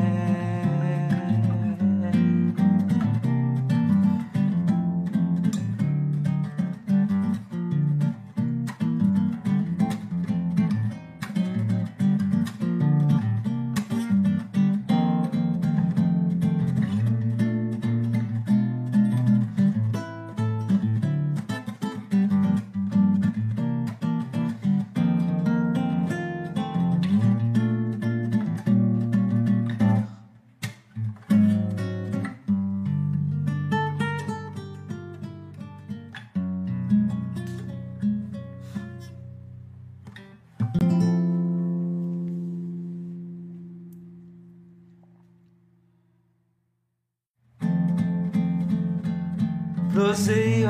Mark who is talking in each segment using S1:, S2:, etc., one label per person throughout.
S1: Proseio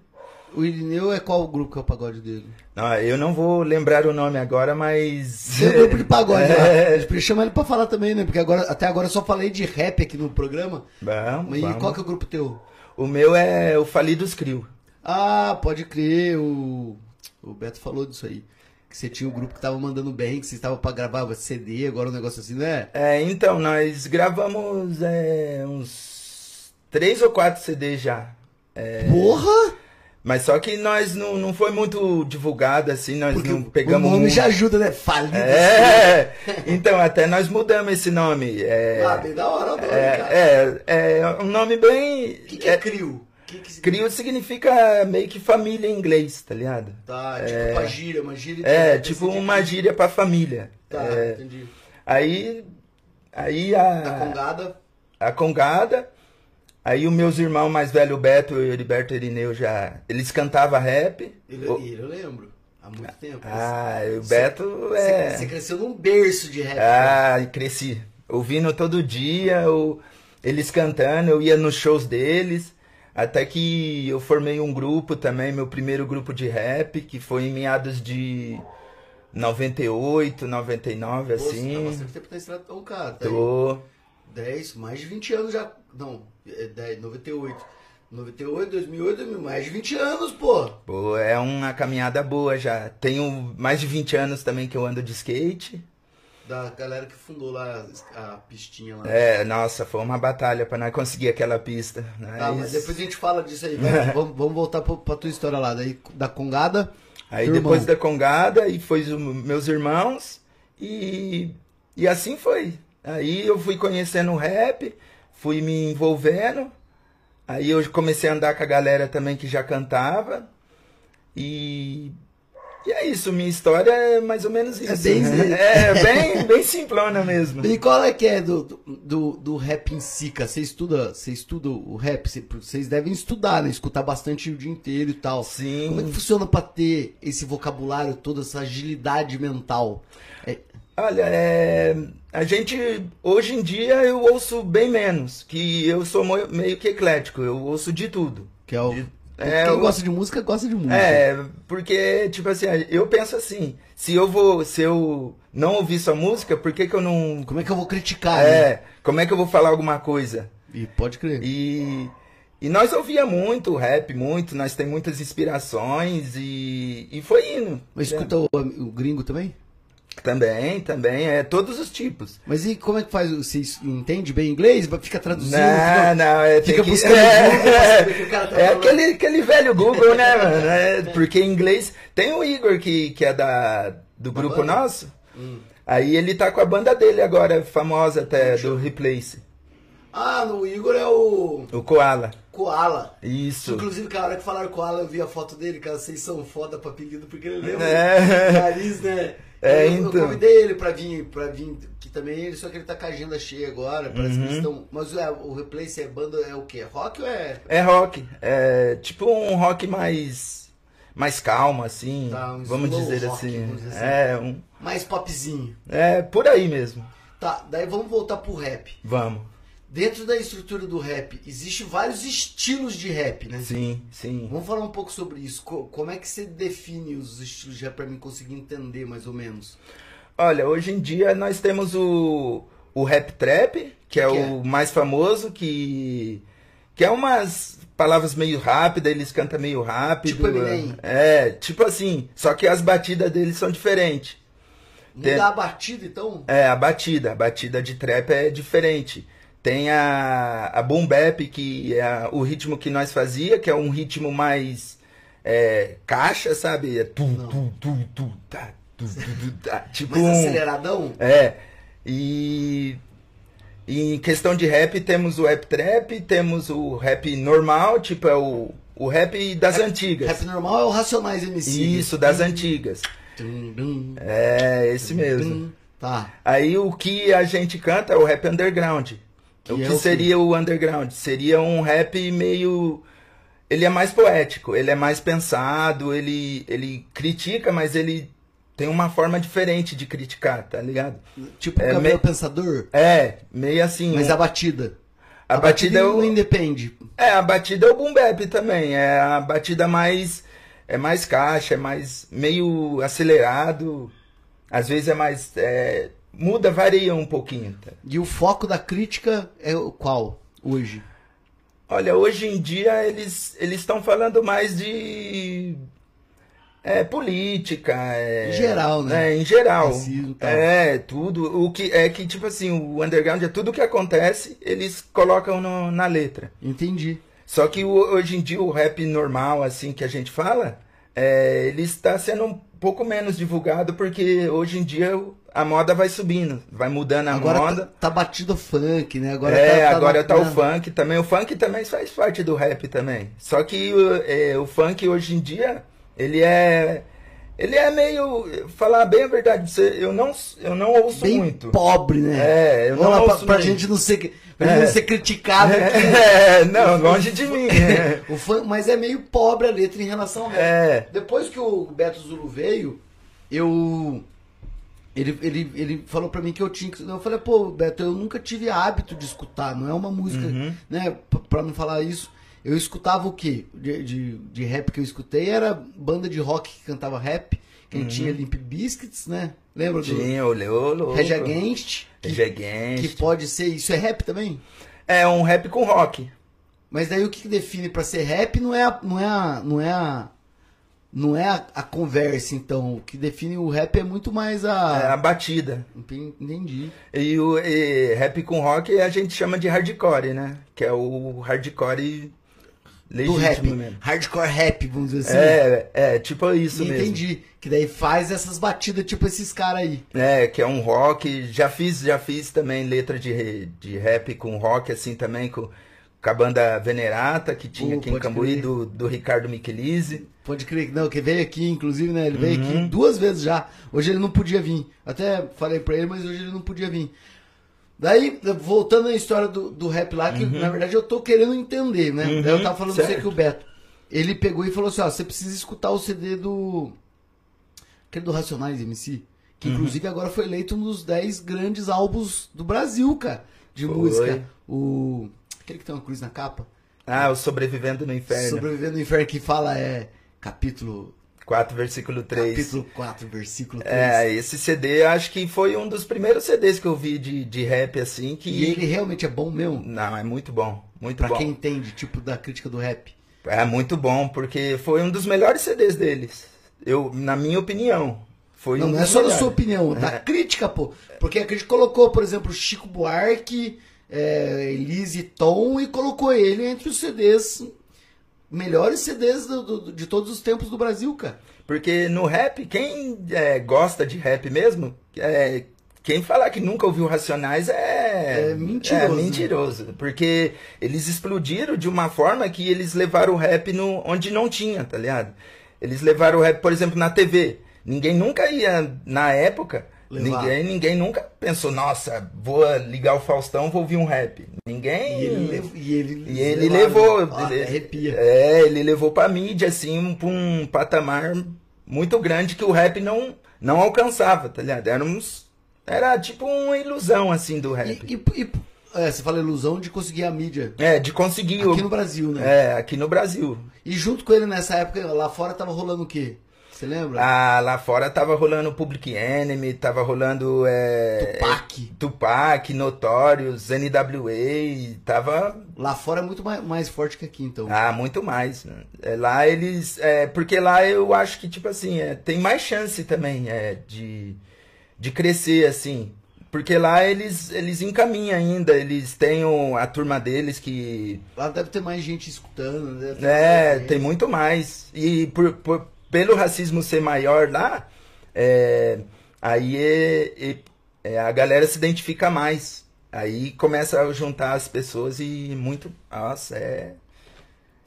S2: O Irineu é qual o grupo que é o pagode dele?
S1: Não, Ah, eu não vou lembrar o nome agora, mas.
S2: Seu um grupo de pagode lá. A
S1: É.
S2: gente podia chamar ele pra falar também, né? Porque agora, até agora eu só falei de rap aqui no programa.
S1: Vamos,
S2: E
S1: vamos.
S2: qual que é o grupo teu?
S1: O meu é o Falidos Crio.
S2: Ah, pode crer, o, o Beto falou disso aí. Que você tinha um grupo que tava mandando bem, que vocês estavam pra gravar CD, agora um negócio assim, né?
S1: É, então, nós gravamos é, uns três ou quatro CDs já. É.
S2: Porra!
S1: Mas só que nós não, não foi muito divulgado, assim, nós
S2: Porque
S1: não pegamos
S2: o nome
S1: muito.
S2: já assim. ajuda, né? Falido.
S1: É, então, até nós mudamos esse nome. É,
S2: Ah, bem da hora o nome, cara.
S1: é, é, é um nome bem.
S2: O que, que é crio? O que que se-
S1: Crio significa meio que família em inglês, tá ligado?
S2: Tá, tipo uma gíria, uma gíria.
S1: É,
S2: de-
S1: tipo
S2: de-
S1: uma gíria pra família.
S2: Tá,
S1: É,
S2: entendi.
S1: aí aí
S2: Da
S1: a,
S2: congada.
S1: a congada, aí os meus irmãos mais velhos, o Beto e o Heriberto Irineu, já. Eles cantavam rap.
S2: Ele, é
S1: O-
S2: ele eu lembro. Há muito tempo.
S1: ah, o
S2: Cê-
S1: Beto
S2: Você-
S1: é.
S2: Você cresceu num berço de rap. né?
S1: Ah, cresci. Ouvindo todo dia, o- eles cantando, eu ia nos shows deles. Até que eu formei um grupo também, meu primeiro grupo de rap, que foi em meados de 98, 99,
S2: Pô, você tá
S1: assim.
S2: bastante tempo na estrada, então, cara. Tá aí
S1: Tô.
S2: 10, mais de 20 anos já. Não, é 10, 98. 98, 2008, 2000, mais de 20 anos, pô.
S1: Pô, é uma caminhada boa já. Tenho mais de 20 anos também que eu ando de skate.
S2: Da galera que fundou lá a pistinha lá.
S1: É, nossa, foi uma batalha pra nós conseguir aquela pista. Mas...
S2: Tá, mas depois a gente fala disso aí,
S1: É.
S2: vai. vamos, vamos voltar pro, pra tua história lá, daí, da Congada.
S1: Aí
S2: Teu
S1: depois
S2: irmão.
S1: da congada, e foi os meus irmãos, e, e assim foi. Aí eu fui conhecendo o rap, fui me envolvendo, aí eu comecei a andar com a galera também que já cantava, e, e é isso, minha história é mais ou menos isso.
S2: bem
S1: né?
S2: simples.
S1: é bem, bem simplona mesmo.
S2: E qual é que é do, do, do- do rap em si, cara? Você estuda, você estuda o rap? Você- Vocês devem estudar, né? Escutar bastante o dia inteiro e tal.
S1: Sim.
S2: Como é que funciona pra ter esse vocabulário, toda essa agilidade mental? É,
S1: Olha, é, a gente hoje em dia eu ouço bem menos, que eu sou mo- meio que eclético, eu ouço de tudo.
S2: que é o,
S1: é,
S2: quem
S1: o-
S2: gosta de música, gosta de música.
S1: É, porque, tipo assim, eu penso assim, se eu vou, se eu não ouvir sua música, por que que eu não,
S2: Como é que eu vou criticar? né?
S1: é, como é que eu vou falar alguma coisa?
S2: E pode crer.
S1: E, e nós ouvia muito rap, muito, nós tem muitas inspirações e, e foi indo.
S2: Mas escuta o, o gringo também?
S1: Também, também, é, todos os tipos.
S2: Mas e como é que faz? Você es- entende bem inglês? Fica traduzindo?
S1: Não,
S2: fica-
S1: não, é, tem
S2: Fica
S1: que...
S2: buscando
S1: é,
S2: Google pra saber o que o cara tá
S1: É
S2: falando.
S1: aquele, aquele velho Google, né, mano? É, porque em inglês. Tem o Igor que, que é da, do grupo
S2: banda?
S1: nosso.
S2: Hum.
S1: Aí ele tá com a banda dele agora, famosa até, do Replace.
S2: Ah, o Igor é o
S1: O Koala.
S2: Koala.
S1: Isso.
S2: Inclusive, cara, a hora que falaram Koala, eu vi a foto dele, cara, vocês são foda pra apelido, porque ele lembra
S1: É.
S2: o nariz, né?
S1: É,
S2: eu, eu
S1: então.
S2: convidei ele pra vir, pra vir, que Que também ele só que ele tá com a agenda cheia agora. Parece que eles
S1: Uhum.
S2: estão. Mas ué, o Replace é banda, é o quê? É rock ou é.
S1: É rock. É tipo um rock mais. Mais calmo, assim.
S2: Tá, um
S1: vamos,
S2: slow
S1: dizer
S2: rock,
S1: assim.
S2: vamos dizer assim.
S1: É, um,
S2: Mais popzinho?
S1: é por aí mesmo.
S2: Tá, daí vamos voltar pro rap.
S1: Vamos.
S2: Dentro da estrutura do rap, existe vários estilos de rap, né?
S1: Sim, sim.
S2: Vamos falar um pouco sobre isso. Co- Como é que você define os estilos de rap pra mim conseguir entender mais ou menos?
S1: Olha, hoje em dia nós temos o, o rap trap, que é
S2: Que
S1: o mais famoso, que, que é umas palavras meio rápidas, eles cantam meio rápido.
S2: Tipo Eminem.
S1: É, tipo assim, só que as batidas deles são diferentes.
S2: Mudar
S1: Tem-
S2: a batida, então?
S1: É, a batida, a batida de trap é diferente. Tem a, a boom bap, que é a- o ritmo que nós fazia, que é um ritmo mais é, caixa, sabe? É tu,
S2: Não.
S1: tu, tu, tu, tá, tu, tu, tu, tá. Tipo
S2: Mais
S1: um-
S2: aceleradão?
S1: é. E e em questão de rap, temos o rap trap, temos o rap normal, tipo é o, o rap das antigas.
S2: Rap Hum. normal é o Racionais É MC.
S1: Isso, das antigas.
S2: Dum, dum,
S1: É, esse mesmo.
S2: dum. Tá.
S1: Aí o que a gente canta é o rap underground.
S2: Que
S1: o
S2: é
S1: que
S2: o quê?
S1: seria o underground? Seria um rap meio. Ele é mais poético, ele é mais pensado, ele, ele critica, mas ele tem uma forma diferente de criticar, tá ligado?
S2: Tipo o
S1: É,
S2: Gabriel
S1: me-
S2: Pensador,
S1: É, meio assim.
S2: mas
S1: um-
S2: a batida.
S1: A batida é
S2: não
S1: o,
S2: independe.
S1: é, a batida é o boom bap também, é a batida mais é mais caixa, é mais meio acelerado, às vezes é mais é, muda, varia um pouquinho. tá?
S2: E o foco da crítica é o qual hoje?
S1: Olha, hoje em dia eles eles estão falando mais de é, política, é,
S2: Em geral, né?
S1: É, em geral.
S2: Racismo e tal.
S1: É, tudo. O que é que tipo assim, o underground é tudo que acontece, eles colocam no- na letra.
S2: Entendi.
S1: Só que o- hoje em dia o rap normal, assim, que a gente fala, é, ele está sendo um pouco menos divulgado, porque hoje em dia o- a moda vai subindo, vai mudando a
S2: agora
S1: moda.
S2: tá, tá batida funk, né? Agora
S1: é,
S2: tá, tá
S1: agora
S2: na-
S1: tá o
S2: na-
S1: funk também. O funk também faz parte do rap também. Só que o- é, o funk hoje em dia, ele é. Ele é meio. Falar bem a verdade, pra você, eu não, eu não ouço
S2: Bem
S1: muito.
S2: pobre, né?
S1: É, eu
S2: Vamos
S1: não
S2: lá, pra,
S1: ouço
S2: pra
S1: muito.
S2: gente não ser, pra gente
S1: É.
S2: não ser criticado aqui.
S1: É, não, longe de mim. É.
S2: O fã, mas é meio pobre a letra em relação ao rap.
S1: É.
S2: Depois que o Beto Zulu veio, eu. Ele, ele, ele falou pra mim que eu tinha que. Eu falei, pô, Beto, eu nunca tive hábito de escutar, não é uma música,
S1: Uhum.
S2: né? p- Pra não falar isso. Eu escutava o quê? De, de, de rap que eu escutei era banda de rock que cantava rap. Quem tinha Limp Biscuits, né? Lembra do
S1: Uhum. Tinha o Leolo.
S2: Rage Against? Que,
S1: Rage Against.
S2: que pode ser. Isso é rap também?
S1: É um rap com rock.
S2: Mas daí o que que define pra ser rap não é a, não é a, não é a, não é a, a conversa então, o que define o rap é muito mais
S1: É a
S2: a
S1: batida.
S2: entendi.
S1: E o e rap com rock a gente chama de hardcore, né? Que é o hardcore
S2: Do rap,
S1: legítimo mesmo.
S2: hardcore rap, vamos dizer assim.
S1: É, é, tipo isso mesmo.
S2: entendi, que daí faz essas batidas tipo esses caras aí.
S1: É, que é um rock. Já fiz, já fiz também letra de, re- de rap com rock, assim também, com, com a banda Venerata, que tinha
S2: Uh,
S1: aqui em
S2: pode
S1: Cambuí,
S2: crer.
S1: do, do Ricardo Michelize.
S2: Pode crer que não, que veio aqui, inclusive, né? Ele veio aqui
S1: Uhum.
S2: duas vezes já. Hoje ele não podia vir. Até falei pra ele, mas hoje ele não podia vir. Daí, voltando à história do, do rap lá, que na verdade eu tô querendo entender, né? Daí eu tava falando pra
S1: Uhum.
S2: você
S1: certo.
S2: que o Beto. Ele pegou e falou assim: ó, você precisa escutar o CD do. Aquele do Racionais MC. Que
S1: Uhum.
S2: inclusive agora foi eleito um dos 10 grandes álbuns do Brasil, cara. De
S1: Foi.
S2: música. O. Aquele que tem uma cruz na capa.
S1: Ah, o Sobrevivendo no Inferno.
S2: Sobrevivendo no Inferno que fala é. Capítulo
S1: 4, versículo 3.
S2: Capítulo 4, versículo 3.
S1: É, esse CD acho que foi um dos primeiros CDs que eu vi de, de rap, assim, que.
S2: e ele realmente é bom mesmo?
S1: Não, é muito bom. Muito
S2: Pra
S1: bom.
S2: quem entende, tipo, da crítica do rap.
S1: É muito bom, porque foi um dos melhores CDs deles. Eu, na minha opinião. Foi
S2: Não,
S1: um
S2: não é
S1: dos
S2: só da
S1: melhores.
S2: sua opinião, da crítica, pô. Porque a crítica colocou, por exemplo, Chico Buarque, é, Elise Tom e colocou ele entre os CDs, melhores CDs do- do- de todos os tempos do Brasil, cara.
S1: Porque no rap, quem é, gosta de rap mesmo, é, quem falar que nunca ouviu Racionais é,
S2: É mentiroso.
S1: é mentiroso. Porque eles explodiram de uma forma que eles levaram o rap no, onde não tinha, tá ligado? Eles levaram o rap, por exemplo, na TV. Ninguém nunca ia, na época,
S2: Levar.
S1: Ninguém, ninguém nunca pensou, nossa, vou ligar o Faustão, vou ouvir um rap. Ninguém.
S2: E ele, lev- e ele,
S1: E ele levou.
S2: Ah,
S1: ele-
S2: arrepia.
S1: É, ele levou pra mídia, assim, um- pra um patamar muito grande que o rap não, não alcançava, tá ligado? Era, uns, era tipo uma ilusão, assim, do rap.
S2: E, e- e- é, você fala ilusão de conseguir a mídia.
S1: É, de conseguir. o-
S2: Aqui no Brasil, né?
S1: É, aqui no Brasil.
S2: E junto com ele nessa época, lá fora tava rolando o quê? Você lembra?
S1: Lá, lá fora tava rolando Public Enemy, tava rolando é,
S2: Tupac.
S1: Tupac, Notorious, NWA, tava
S2: Lá fora é muito mais, mais forte que aqui, então.
S1: Ah, muito mais. né? É, lá eles. é, porque lá eu acho que, tipo assim, é, tem mais chance também é, de, de crescer, assim. Porque lá eles, eles encaminham ainda, eles têm o- a turma deles que.
S2: Lá deve ter mais gente escutando, né? Deve ter mais
S1: É,
S2: gente.
S1: tem muito mais. E por, por- pelo racismo ser maior lá, é, aí é- é- é, a galera se identifica mais. Aí começa a juntar as pessoas e muito. Nossa, é.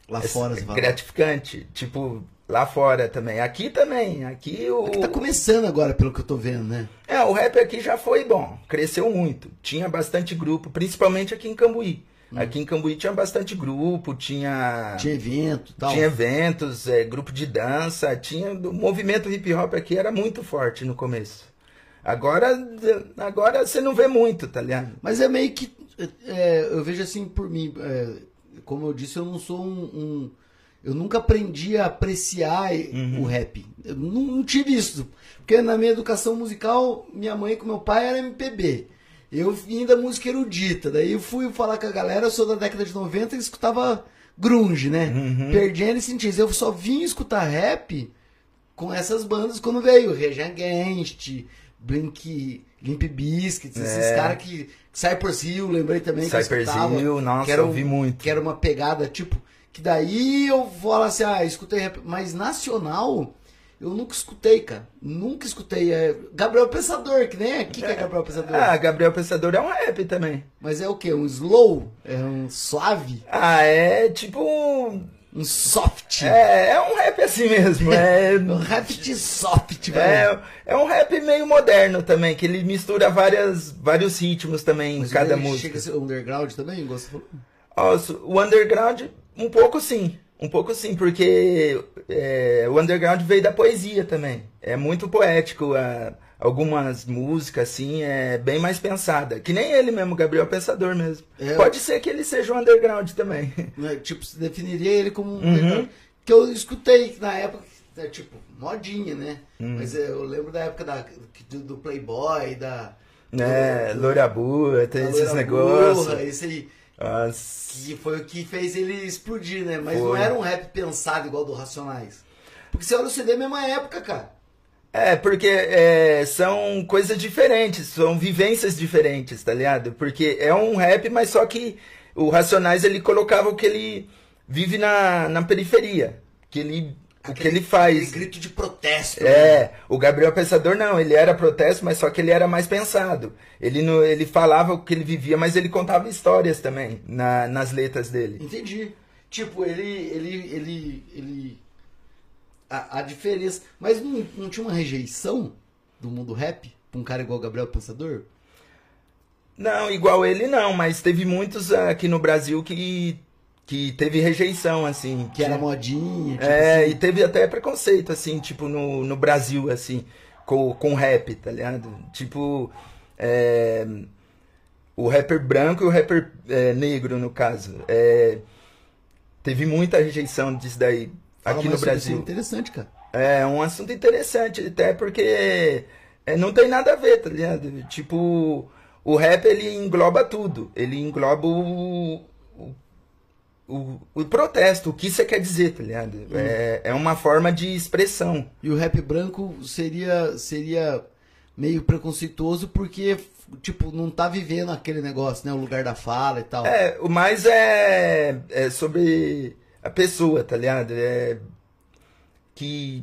S2: Lá
S1: É
S2: fora, você fala.
S1: gratificante. Tipo, lá fora também. Aqui também. Aqui o.
S2: Aqui tá começando agora, pelo que eu tô vendo, né?
S1: É, o rap aqui já foi bom. Cresceu muito. Tinha bastante grupo, principalmente aqui em Cambuí. Aqui em Cambuí tinha bastante grupo, tinha.
S2: Hum. Tinha evento e tal.
S1: tinha eventos, é, grupo de dança, tinha. O movimento hip hop aqui era muito forte no começo. Agora, agora você não vê muito, tá ligado?
S2: Mas é meio que. é, eu vejo assim por mim. é, como eu disse, eu não sou um. um- eu nunca aprendi a apreciar e- o rap. Eu não, não tive isso. Porque na minha educação musical, minha mãe com meu pai era MPB. Eu vim da música erudita. Daí eu fui falar com a galera, eu sou da década de 90 e escutava grunge, né? Perdi N sentidos. Eu só vim escutar rap com essas bandas quando veio Rage Against, Blink, Limp Bizkit,
S1: É.
S2: esses caras que Cypress Hill, lembrei também que eu escutava,
S1: Cyperzinho, nossa,
S2: que era um-
S1: eu vi muito.
S2: que era uma pegada tipo que daí eu vou lá assim, ah, escutei rap, mas nacional eu nunca escutei, cara. Nunca escutei. É Gabriel Pensador, que nem aqui que é Gabriel Pensador.
S1: Ah, Gabriel Pensador é um rap também.
S2: Mas é o quê? Um slow? É um suave?
S1: Ah, é tipo.
S2: Um soft?
S1: É, é um rap assim mesmo. É,
S2: Um rap de soft, velho.
S1: é, é um rap meio moderno também, que ele mistura várias, vários ritmos também em
S2: Mas
S1: cada
S2: ele
S1: música.
S2: Chega a ser underground também, igual você falou.
S1: Ó, so- o underground, um pouco sim. Um pouco sim, porque é, o underground veio da poesia também. É muito poético. a- algumas músicas, assim, é bem mais pensada. Que nem ele mesmo, Gabriel Pensador mesmo.
S2: É.
S1: Pode ser que ele seja um underground também.
S2: né? Tipo, se definiria ele como um
S1: Uhum.
S2: melhor. Que eu escutei na época, né, tipo, modinha, né?
S1: Uhum.
S2: Mas é, eu lembro da época da, que- do, do Playboy, da.
S1: né?
S2: do-
S1: Loura Burra,
S2: da
S1: tem esses
S2: Loira
S1: negócios.
S2: Burra, Esse aí.
S1: Nossa.
S2: Que foi o que fez ele explodir, né? Mas não
S1: Foi.
S2: era um rap pensado igual do Racionais. Porque você olha o CD mesma época, cara.
S1: É, porque é, são coisas diferentes, são vivências diferentes, tá ligado? Porque é um rap, mas só que o Racionais ele colocava o que ele vive na, na periferia, que ele, o que ele
S2: Aquele
S1: faz.
S2: grito de protesto. né?
S1: É, o Gabriel Pensador não, ele era protesto, mas só que ele era mais pensado. Ele, não, ele falava o que ele vivia, mas ele contava histórias também na- nas letras dele.
S2: Entendi. Tipo, ele. ele. ele. ele. A, a diferença. Mas não, não tinha uma rejeição do mundo rap pra um cara igual Gabriel Pensador?
S1: Não, igual ele não, mas teve muitos ah, aqui no Brasil que, que teve rejeição, assim.
S2: Que era modinha, tipo
S1: É,
S2: assim.
S1: e teve até preconceito, assim, tipo, no, no Brasil, assim, com, com rap, tá ligado? Tipo, é, o rapper branco e o rapper é, negro, no caso. É, teve muita rejeição disso daí
S2: Fala
S1: aqui
S2: mais
S1: no
S2: sobre isso, é
S1: Brasil.
S2: interessante, cara.
S1: É um assunto interessante, até porque é, não tem nada a ver, tá ligado? Tipo, o rap ele engloba tudo. Ele engloba o, o, o, o protesto, o que você quer dizer, tá ligado? É, é uma forma de expressão.
S2: E o rap branco seria, seria meio preconceituoso porque, tipo, não tá vivendo aquele negócio, né? O lugar da fala e tal.
S1: É, o mais é, é sobre a pessoa, tá ligado? É que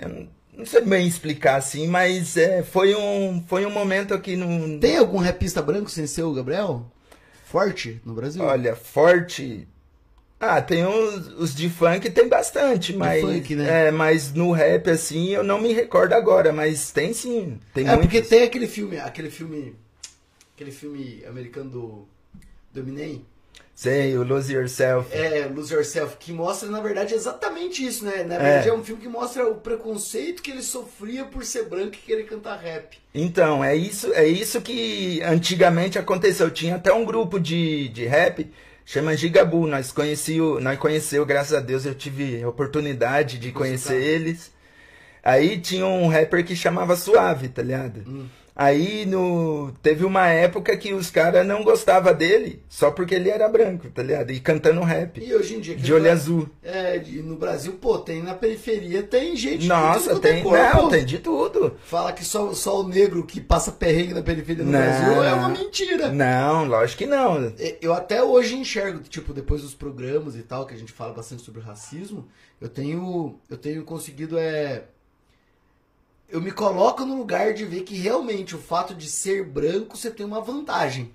S1: eu não- não sei bem explicar assim, mas é, foi um foi um momento aqui no
S2: Tem algum rapista branco sem ser o Gabriel? Forte no Brasil?
S1: Olha, forte. Ah, tem uns, os de funk tem bastante, mas
S2: funk, né?
S1: é, mas no rap assim, eu não me recordo agora, mas tem sim, tem
S2: é, porque
S1: muitos.
S2: tem aquele filme, aquele filme. Aquele filme americano do. Do Eminem.
S1: Sei, o Lose Yourself.
S2: É, Lose Yourself, que mostra, na verdade, exatamente isso, né? Na verdade, é um filme que mostra o preconceito que ele sofria por ser branco e querer cantar rap.
S1: Então, é isso, é isso que antigamente aconteceu. Tinha até um grupo de, de rap, chama Gigabu. Nós conheci o- nós conheceu, graças a Deus, eu tive a oportunidade de conhecer
S2: cara.
S1: eles. Aí tinha um rapper que chamava Suave, tá ligado?
S2: Hum.
S1: Aí no, teve uma época que os caras não gostavam dele só porque ele era branco, tá ligado? E cantando rap.
S2: E hoje em dia.
S1: De olho azul.
S2: É, e no Brasil, pô, tem na periferia, tem gente. de
S1: Nossa,
S2: tudo quanto é
S1: tem.
S2: cor,
S1: Não,
S2: pô.
S1: tem de tudo.
S2: Fala que só, só o negro que passa perrengue na periferia do
S1: Não.
S2: Brasil é uma mentira.
S1: Não, lógico que não.
S2: É, Eu até hoje enxergo, tipo, depois dos programas e tal, que a gente fala bastante sobre racismo, eu tenho, eu tenho conseguido é eu me coloco no lugar de ver que realmente o fato de ser branco você tem uma vantagem.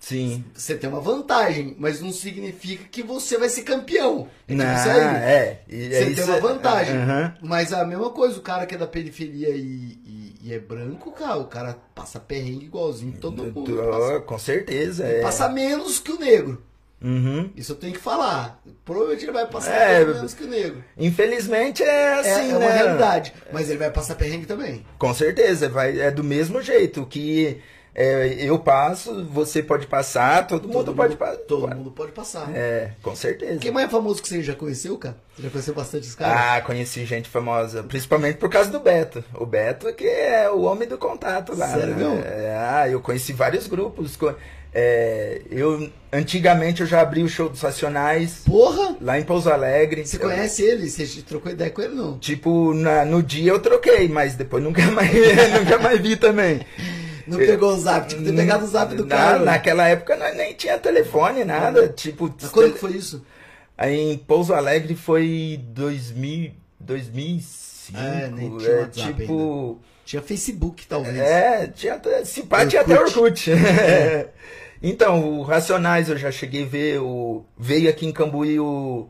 S1: Sim.
S2: Você tem uma vantagem, mas não significa que você vai ser campeão. É tipo
S1: Não,
S2: isso aí.
S1: é. E
S2: Você
S1: é
S2: tem
S1: isso-
S2: uma vantagem.
S1: Aham.
S2: Mas a mesma coisa, o cara que é da periferia e, e- e é branco, cara, o cara passa perrengue igualzinho todo
S1: Do-
S2: mundo.
S1: do-
S2: Passa,
S1: com certeza. É.
S2: passa menos que o negro.
S1: Uhum.
S2: Isso eu tenho que falar. Provavelmente ele vai passar
S1: É,
S2: perrengue menos que o negro.
S1: Infelizmente é
S2: É,
S1: assim,
S2: é uma
S1: né?
S2: realidade. Mas ele vai passar perrengue também.
S1: Com certeza, vai, é do mesmo jeito que é, eu passo, você pode passar, todo, mundo, pode passar.
S2: Todo mundo pode passar.
S1: É, com certeza.
S2: Quem mais famoso que você já conheceu, cara? Você já conheceu bastante esse cara?
S1: Ah, conheci gente famosa, principalmente por causa do Beto. O Beto que é o homem do contato lá. né?
S2: Sério mesmo?
S1: É, ah, eu conheci vários grupos. co- é, eu antigamente eu já abri o show dos Racionais
S2: Porra!
S1: lá em Pouso Alegre.
S2: Você
S1: Ah. Eu-
S2: conhece ele? Você já trocou ideia com ele, não?
S1: Tipo, na- no dia eu troquei, mas depois nunca mais, nunca mais vi também.
S2: Não pegou o zap, tinha que ter pegado o zap do
S1: Na-
S2: cara. né?
S1: Naquela época nós nem tinha telefone, nada. Tipo,
S2: Mas quando que foi isso?
S1: aí em Pouso Alegre foi 2000, 2005.
S2: É, nem tinha
S1: é,
S2: WhatsApp
S1: tipo,
S2: Tinha Facebook, talvez.
S1: é, tinha até, se pá, tinha até Orkut. É. Então, o Racionais eu já cheguei a ver, o, veio aqui em Cambuí o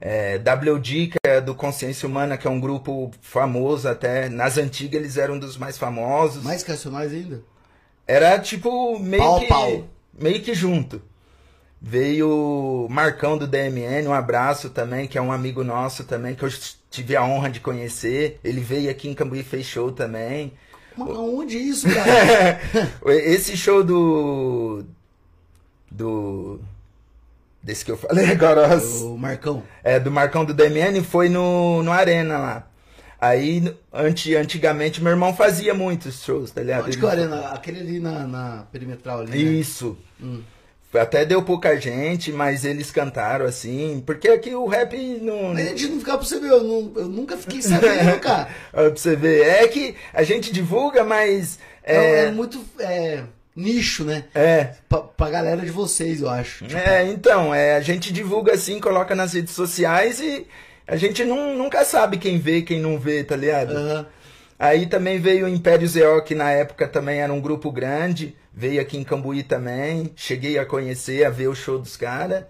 S1: é, WD, que é do Consciência Humana, que é um grupo famoso até, nas antigas eles eram um dos mais famosos.
S2: Mais que racionais ainda?
S1: Era tipo meio
S2: Pau,
S1: que
S2: pau.
S1: meio que junto. Veio o Marcão do DMN, um abraço também, que é um amigo nosso também, que eu tive a honra de conhecer. Ele veio aqui em Cambuí e fez show também.
S2: Mano, onde é isso, cara?
S1: É, Esse show do do desse que eu falei agora, nossa.
S2: o Marcão.
S1: É, do Marcão do DMN foi no, no Arena lá. Aí, no- anti, antigamente, meu irmão fazia muitos shows, tá ligado?
S2: Onde que é o Arena? Aquele ali na, na perimetral ali. né?
S1: Isso. Até deu pouca gente, mas eles cantaram assim. Porque aqui o rap não.
S2: Mas a gente não ficava pra você ver, eu, não- eu nunca fiquei sabendo, cara.
S1: Ó, pra você ver. É que a gente divulga, mas.
S2: É,
S1: É.
S2: muito é, nicho, né?
S1: É.
S2: Pra, pra galera de vocês, eu acho. Tipo,
S1: É, então, é, a gente divulga assim, coloca nas redes sociais e a gente não, nunca sabe quem vê, quem não vê, tá ligado?
S2: Aham.
S1: Aí também veio o Império Zeó, que na época também era um grupo grande, veio aqui em Cambuí também, cheguei a conhecer, a ver o show dos caras.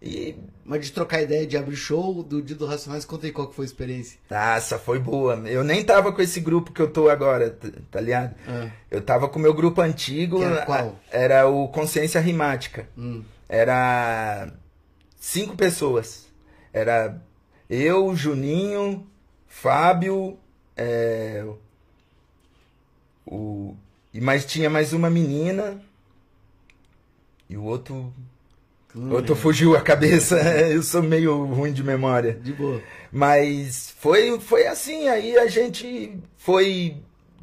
S1: E
S2: Mas de trocar ideia, de abrir show do Dia do Racionais, conta aí qual que foi a experiência.
S1: Nossa, foi boa. Eu nem tava com esse grupo que eu tô agora, t- tá ligado?
S2: Ah.
S1: Eu tava com o meu grupo antigo.
S2: Que era é qual?
S1: a- Era o Consciência Rimática.
S2: Hum.
S1: Era cinco pessoas. Era eu, Juninho, Fábio, é, o e mais tinha mais uma menina e o outro,
S2: Hum,
S1: o outro fugiu a cabeça. Eu sou meio ruim de memória.
S2: De boa.
S1: Mas foi, foi assim, aí a gente foi.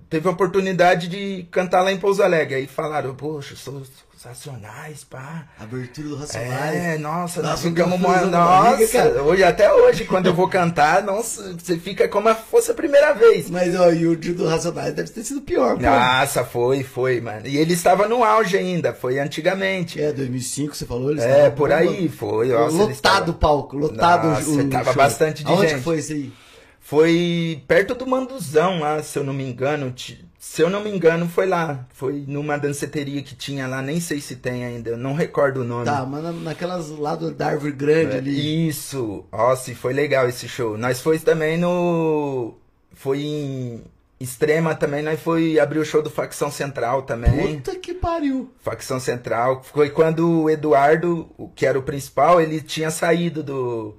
S1: Teve a oportunidade de cantar lá em Pouso Alegre. Aí falaram, poxa, sou sensacionais, pá.
S2: Abertura do Racionais.
S1: É, nossa, nós
S2: Nossa,
S1: ficamos
S2: nós
S1: mó-
S2: fizemos uma barriga,
S1: Nossa,
S2: cara.
S1: hoje, até hoje, quando eu vou cantar, nossa, você fica como se fosse a primeira vez.
S2: Mas, ó, e o Dia do Racionais deve ter sido pior, pô.
S1: Nossa, foi, foi, mano. E ele estava no auge ainda, foi antigamente.
S2: É, 2005, você falou? eles
S1: É,
S2: estavam
S1: por aí,
S2: bombando.
S1: foi. nossa, ele
S2: lotado o
S1: estava-
S2: palco, lotado
S1: Nossa,
S2: o, o
S1: tava bastante de
S2: Aonde
S1: gente.
S2: que foi isso aí?
S1: Foi perto do Manduzão lá, se eu não me engano. Ti- Se eu não me engano, foi lá. Foi numa danceteria que tinha lá, nem sei se tem ainda, eu não recordo o nome.
S2: Tá, mas na- naquelas lá do, da árvore
S1: É,
S2: grande ali.
S1: Isso. Nossa, e foi legal esse show. Nós foi também no. Foi em Extrema também, nós foi abrir o show do Facção Central também.
S2: Puta que pariu.
S1: Facção Central. Foi quando o Eduardo, o que era o principal, ele tinha saído do,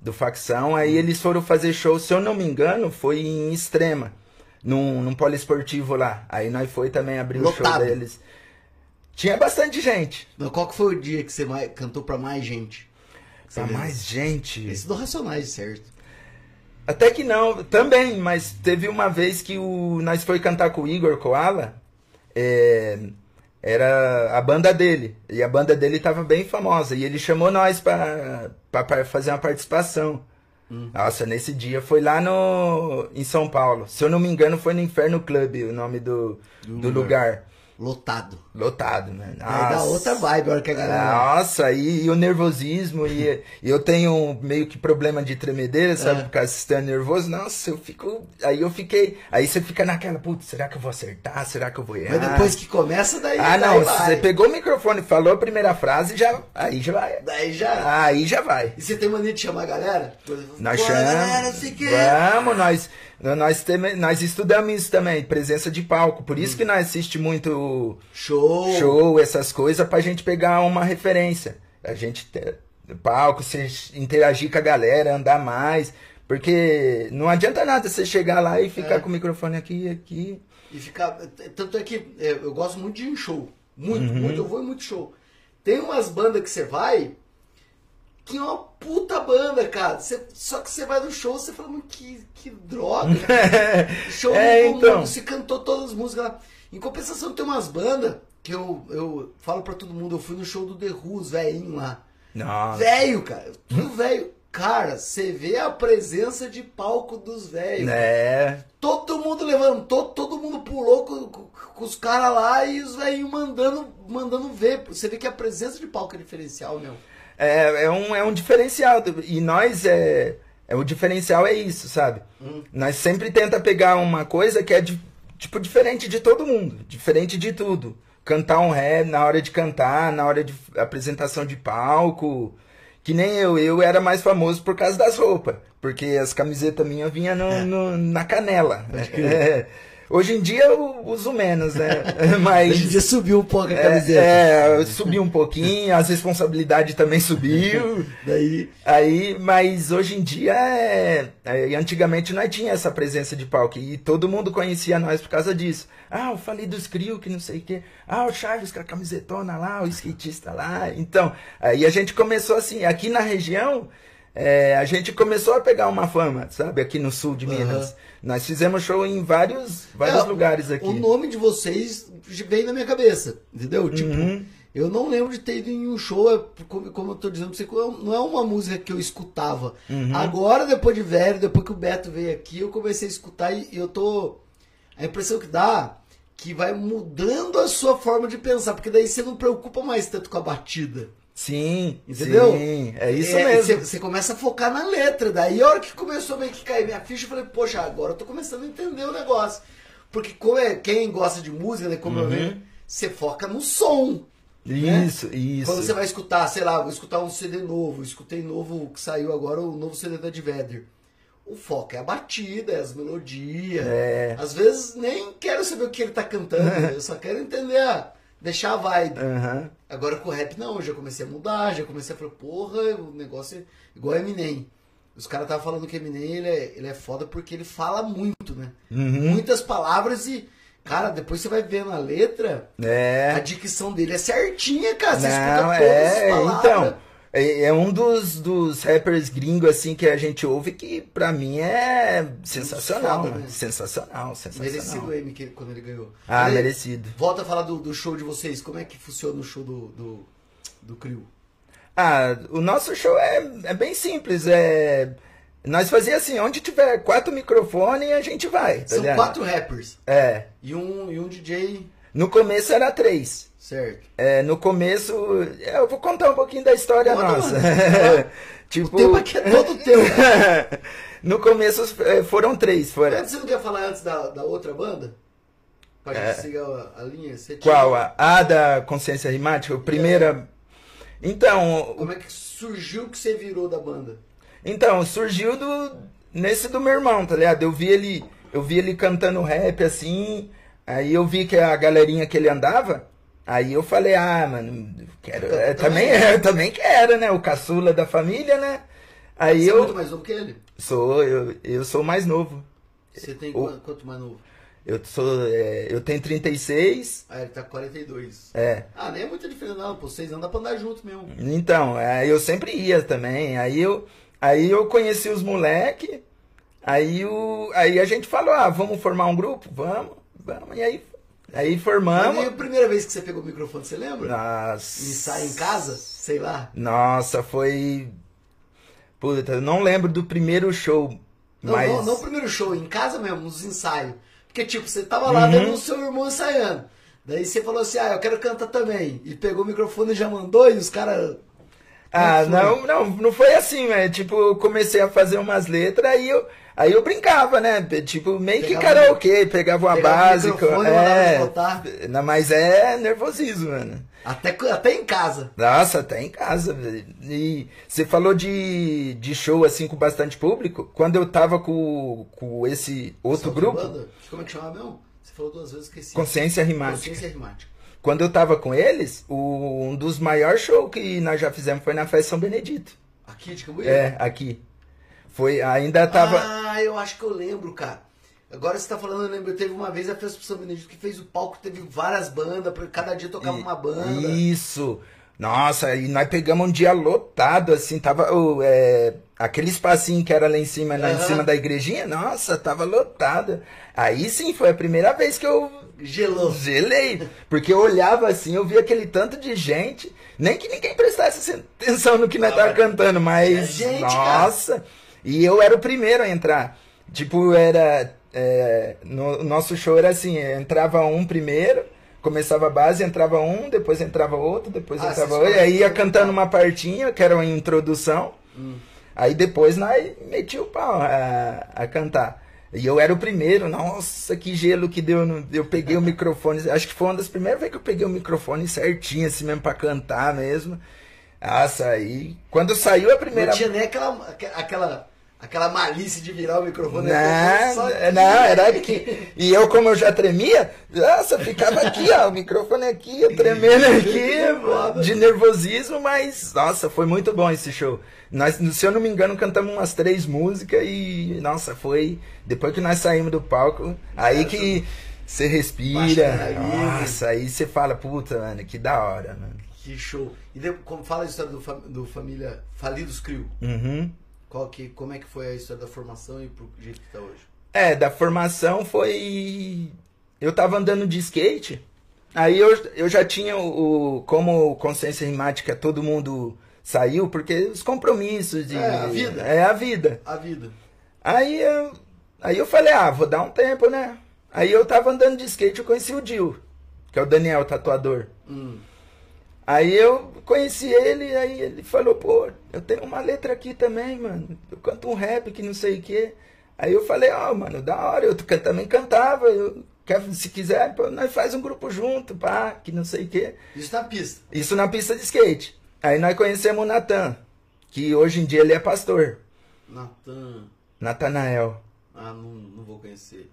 S1: do Facção. Aí
S2: Hum.
S1: eles foram fazer show, se eu não me engano, foi em Extrema. Num, num poliesportivo lá. Aí nós foi também abrir o show
S2: Lotado.
S1: deles. Tinha bastante gente.
S2: Mas qual que foi o dia que você mais- cantou pra mais gente?
S1: Pra
S2: Você
S1: mais gente.
S2: lembra? Esse do Racionais, certo?
S1: Até que não, também, mas teve uma vez que o, nós foi cantar com o Igor Koala, é, era a banda dele, e a banda dele tava bem famosa, e ele chamou nós pra, pra, par- fazer uma participação. Nossa, nesse dia foi lá no, em São Paulo, se eu não me engano foi no Inferno Club o nome do, do lugar.
S2: Lotado.
S1: Lotado, né?
S2: Aí dá
S1: Nossa. Ah,
S2: outra vibe a hora que a galera.
S1: Nossa, e, e o nervosismo, e, e eu tenho um meio que problema de tremedeira, sabe?
S2: É.
S1: Por causa de estar nervoso, nossa, eu fico. Aí eu fiquei. Aí você fica naquela, putz, será que eu vou acertar? Será que eu vou errar?
S2: Mas depois que começa, daí.
S1: Ah,
S2: daí
S1: não,
S2: vai.
S1: você pegou o microfone, falou a primeira frase, já. Aí já vai.
S2: Daí já.
S1: Aí já vai.
S2: E você tem mania de chamar a galera?
S1: Nós
S2: Pô, galera,
S1: chamamos.
S2: sei que-
S1: Vamos, nós, nós, teme- nós estudamos isso também, presença de palco. Por
S2: Hum.
S1: isso que nós assiste muito
S2: Show.
S1: show, essas coisas, pra gente pegar uma referência. A gente ter palco, você interagir com a galera, andar mais. Porque não adianta nada você chegar lá e ficar
S2: É.
S1: com o microfone aqui e aqui.
S2: E ficar. Tanto é que é, eu gosto muito de ir em show. Muito,
S1: Uhum.
S2: muito. Eu vou em muito show. Tem umas bandas que você vai. Que é uma puta banda, cara. Você- só que você vai no show, você fala, "Mas que, que droga. show
S1: É,
S2: não-
S1: então.
S2: não se cantou todas as músicas lá. Em compensação, tem umas bandas que eu, eu falo pra todo mundo. Eu fui no show do The Who, os velhinhos lá.
S1: Nossa.
S2: Velho, cara. Tudo velho. Cara, você vê a presença de palco dos velhos.
S1: É.
S2: Todo mundo levantou, todo mundo pulou com, com- com os caras lá e os velhinhos mandando, mandando ver. Você vê que a presença de palco é diferencial, meu.
S1: É, é, um, é um diferencial. do- E nós, é, é o diferencial é isso, sabe? Nós sempre tenta pegar uma coisa que é, di- tipo, diferente de todo mundo. Diferente de tudo. Cantar um ré na hora de cantar, na hora de f- apresentação de palco. Que nem eu. Eu era mais famoso por causa das roupas. Porque as camisetas minhas vinham no- no- na canela. É. Hoje em dia eu uso menos, né? Mas...
S2: Hoje em dia subiu um pouco a camiseta.
S1: É, é, subiu um pouquinho, as responsabilidades também subiu.
S2: Daí,
S1: Aí, mas hoje em dia é, é, antigamente nós tinha essa presença de palco e todo mundo conhecia nós por causa disso. Ah, eu falei dos Crio que não sei o quê. Ah, o Chaves com a camisetona lá, o skatista lá. Então, aí a gente começou assim, aqui na região, é, a gente começou a pegar uma fama, sabe? Aqui no sul de
S2: Aham.
S1: Minas. Nós fizemos show em vários, vários
S2: É,
S1: lugares aqui.
S2: o nome de vocês veio na minha cabeça, entendeu? Tipo,
S1: Uhum.
S2: eu não lembro de ter ido em um show, é, como, como eu tô dizendo pra você, não é uma música que eu escutava.
S1: Uhum.
S2: Agora, depois de velho, depois que o Beto veio aqui, eu comecei a escutar e, e eu tô. A impressão que dá que vai mudando a sua forma de pensar, porque daí você não preocupa mais tanto com a batida.
S1: Sim,
S2: Entendeu?
S1: sim, é isso
S2: É,
S1: mesmo.
S2: Você, você começa a focar na letra. Daí a hora que começou meio que cair minha ficha, eu falei, poxa, agora eu tô começando a entender o negócio. Porque como é, quem gosta de música, né, como eu
S1: Uhum.
S2: vejo, você foca no som.
S1: Isso, isso.
S2: Né? Quando você vai escutar, sei lá, vou escutar um CD novo, escutei novo que saiu agora, o novo CD da Vedder. O foco é a batida, é as melodias.
S1: É.
S2: Às vezes nem quero saber o que ele tá cantando, eu só quero entender, a- deixar a vibe.
S1: Aham.
S2: Agora com o rap não, eu já comecei a mudar, já comecei a falar, porra, o negócio é igual Eminem. Os caras estavam falando que Eminem ele é, ele é foda porque ele fala muito, né?
S1: Uhum.
S2: Muitas palavras e, cara, depois você vai vendo a letra, a
S1: É.
S2: dicção dele é certinha, cara. Você escuta
S1: Não,
S2: todas
S1: é.
S2: as palavras.
S1: Então, é, é um dos, dos rappers gringos, assim, que a gente ouve que pra mim é sensacional.
S2: Foda,
S1: né?
S2: né?
S1: Sensacional, sensacional.
S2: merecido o M que ele- quando ele ganhou.
S1: Ah,
S2: Mas aí,
S1: merecido.
S2: Volta a falar do, do show de vocês, como é que funciona o show do, do, do Crew?
S1: Ah, o nosso show é, é bem simples. É. Nós fazia assim, onde tiver quatro microfones, a gente vai. tá
S2: São
S1: ligado?
S2: quatro rappers
S1: É.
S2: e um, e um DJ,
S1: No começo era três.
S2: certo?
S1: É, no começo, eu vou contar um pouquinho da história
S2: Conta,
S1: nossa.
S2: mano.
S1: tipo,
S2: O tempo aqui é todo teu.
S1: no começo é, foram três, foram.
S2: Antes, você não quer falar antes da, da outra banda? Pra gente siga a, a linha? Você tinha-
S1: É. Qual? A, a da consciência rimática? O primeira. Então, o-
S2: Como é que surgiu que você virou da banda?
S1: então, surgiu do nesse do meu irmão, tá ligado? Eu vi ele, eu vi ele cantando rap assim, aí eu vi que a galerinha que ele andava, aí eu falei: "Ah, mano, eu quero, é, também, eu também quero, né? O caçula da família, né?" Aí
S2: Você é
S1: eu
S2: muito mais novo que ele?
S1: sou eu, eu sou mais novo.
S2: Você tem
S1: O-
S2: quan- quanto mais novo?
S1: Eu sou, é, eu tenho 36.
S2: Ah, ele tá com 42.
S1: É.
S2: Ah, nem é muita diferença não, pô. Vocês andam pra andar junto mesmo.
S1: Então, é, eu sempre ia também. Aí eu, aí eu conheci os moleque. Aí o, aí a gente falou, ah, vamos formar um grupo, vamos, vamos. E aí, aí
S2: Mas e
S1: formamos.
S2: a primeira vez que você pegou o microfone, você lembra?
S1: Nossa.
S2: Ensaio em casa? Sei lá.
S1: Nossa, foi. Puta, eu não lembro do primeiro show,
S2: Não,
S1: mas
S2: não, não o primeiro show, em casa mesmo, os ensaios. Porque, tipo, você tava
S1: Uhum.
S2: lá vendo o seu irmão ensaiando. Daí você falou assim, ah, eu quero cantar também. E pegou o microfone e já mandou, e os caras.
S1: Ah,
S2: Como foi?
S1: não, não, não foi assim, é tipo, eu comecei a fazer umas letras, aí eu, aí eu brincava, né? Pe- Tipo, meio que
S2: Pegava o-
S1: karaokê, pegava uma
S2: pegava o
S1: básica.
S2: microfone e mandava botar.
S1: é, não, mas é nervosismo, mano.
S2: Até, até em casa.
S1: Nossa, até em casa. velho. E você falou de, de show assim com bastante público. Quando eu tava com, com esse outro
S2: Essa outra
S1: grupo,
S2: banda, Como é que chamava mesmo? Você falou duas vezes, esqueci.
S1: Consciência Rimática.
S2: Consciência Rimática.
S1: Quando eu tava com eles, o- um dos maiores shows que nós já fizemos foi na Festa São Benedito.
S2: Aqui de Cambuí?
S1: É, aqui. Foi, ainda tava.
S2: Ah, eu acho que eu lembro, cara. Agora você tá falando, eu lembro, teve uma vez a Festa pro São Benedito que fez o palco, teve várias bandas, pra- cada dia tocava
S1: E-
S2: uma banda.
S1: Isso. Nossa, e nós pegamos um dia lotado, assim, tava ô, é, aquele espacinho que era lá em cima, lá em
S2: Aham.
S1: cima da igrejinha, nossa, tava lotado. Aí sim, foi a primeira vez que eu
S2: Gelou.
S1: gelei, porque eu olhava assim, eu via aquele tanto de gente, nem que ninguém prestasse atenção no que nós
S2: Ah,
S1: tava
S2: mas-
S1: cantando,
S2: É
S1: mas,
S2: gente, cara.
S1: nossa, e eu era o primeiro a entrar, tipo, era, é, no o nosso show era assim, é, entrava um primeiro, começava a base, entrava um, depois entrava outro, depois
S2: Ah,
S1: entrava
S2: vocês
S1: outro, e aí ia
S2: começaram-
S1: cantando uma partinha, que era uma introdução,
S2: Hum.
S1: Aí depois nós meti o pau a, a cantar. E eu era o primeiro, nossa, que gelo que deu. no- Eu peguei o microfone, acho que foi uma das primeiras vezes que eu peguei o microfone certinho, assim mesmo, pra cantar mesmo. Nossa, aí. Quando saiu a primeira.
S2: Não tinha nem aquela, aque- aquela, aquela malícia de virar o microfone.
S1: Não,
S2: Só-
S1: Né? É, não, era aqui. E eu, como eu já tremia, nossa, ficava aqui, ó, o microfone aqui, eu tremendo aqui, de nervosismo, mas, nossa, foi muito bom esse show. Nós, se eu não me engano, cantamos umas três músicas e, nossa, foi. Depois que nós saímos do palco, aí que você
S2: Baixa
S1: respira,
S2: a adrenalina.
S1: nossa, aí você fala, puta, mano, que da hora, mano.
S2: Que show. E depois, como fala a história do, fam- do família Falidos Crio.
S1: Uhum.
S2: Qual que, como é que foi a história da formação e pro jeito que tá hoje?
S1: É, da formação foi. Eu tava andando de skate, aí eu, eu já tinha o, o- Como consciência rimática todo mundo saiu, porque os compromissos de.
S2: É, a vida.
S1: É a vida.
S2: A vida.
S1: Aí eu, aí eu falei, ah, vou dar um tempo, né? Aí eu tava andando de skate, eu conheci o Dil, que é o Daniel, tatuador.
S2: Hum.
S1: Aí eu conheci ele, aí ele falou, pô, eu tenho uma letra aqui também, mano. Eu canto um rap que não sei o quê. Aí eu falei, ó, mano, da hora, eu can- também cantava, eu, quer- se quiser, pô, nós faz um grupo junto, pá, que não sei o quê.
S2: Isso tá na pista.
S1: Isso na pista de skate. Aí nós conhecemos o Natan, que hoje em dia ele é pastor,
S2: Natan.
S1: Natanael.
S2: Ah, não, não vou conhecer.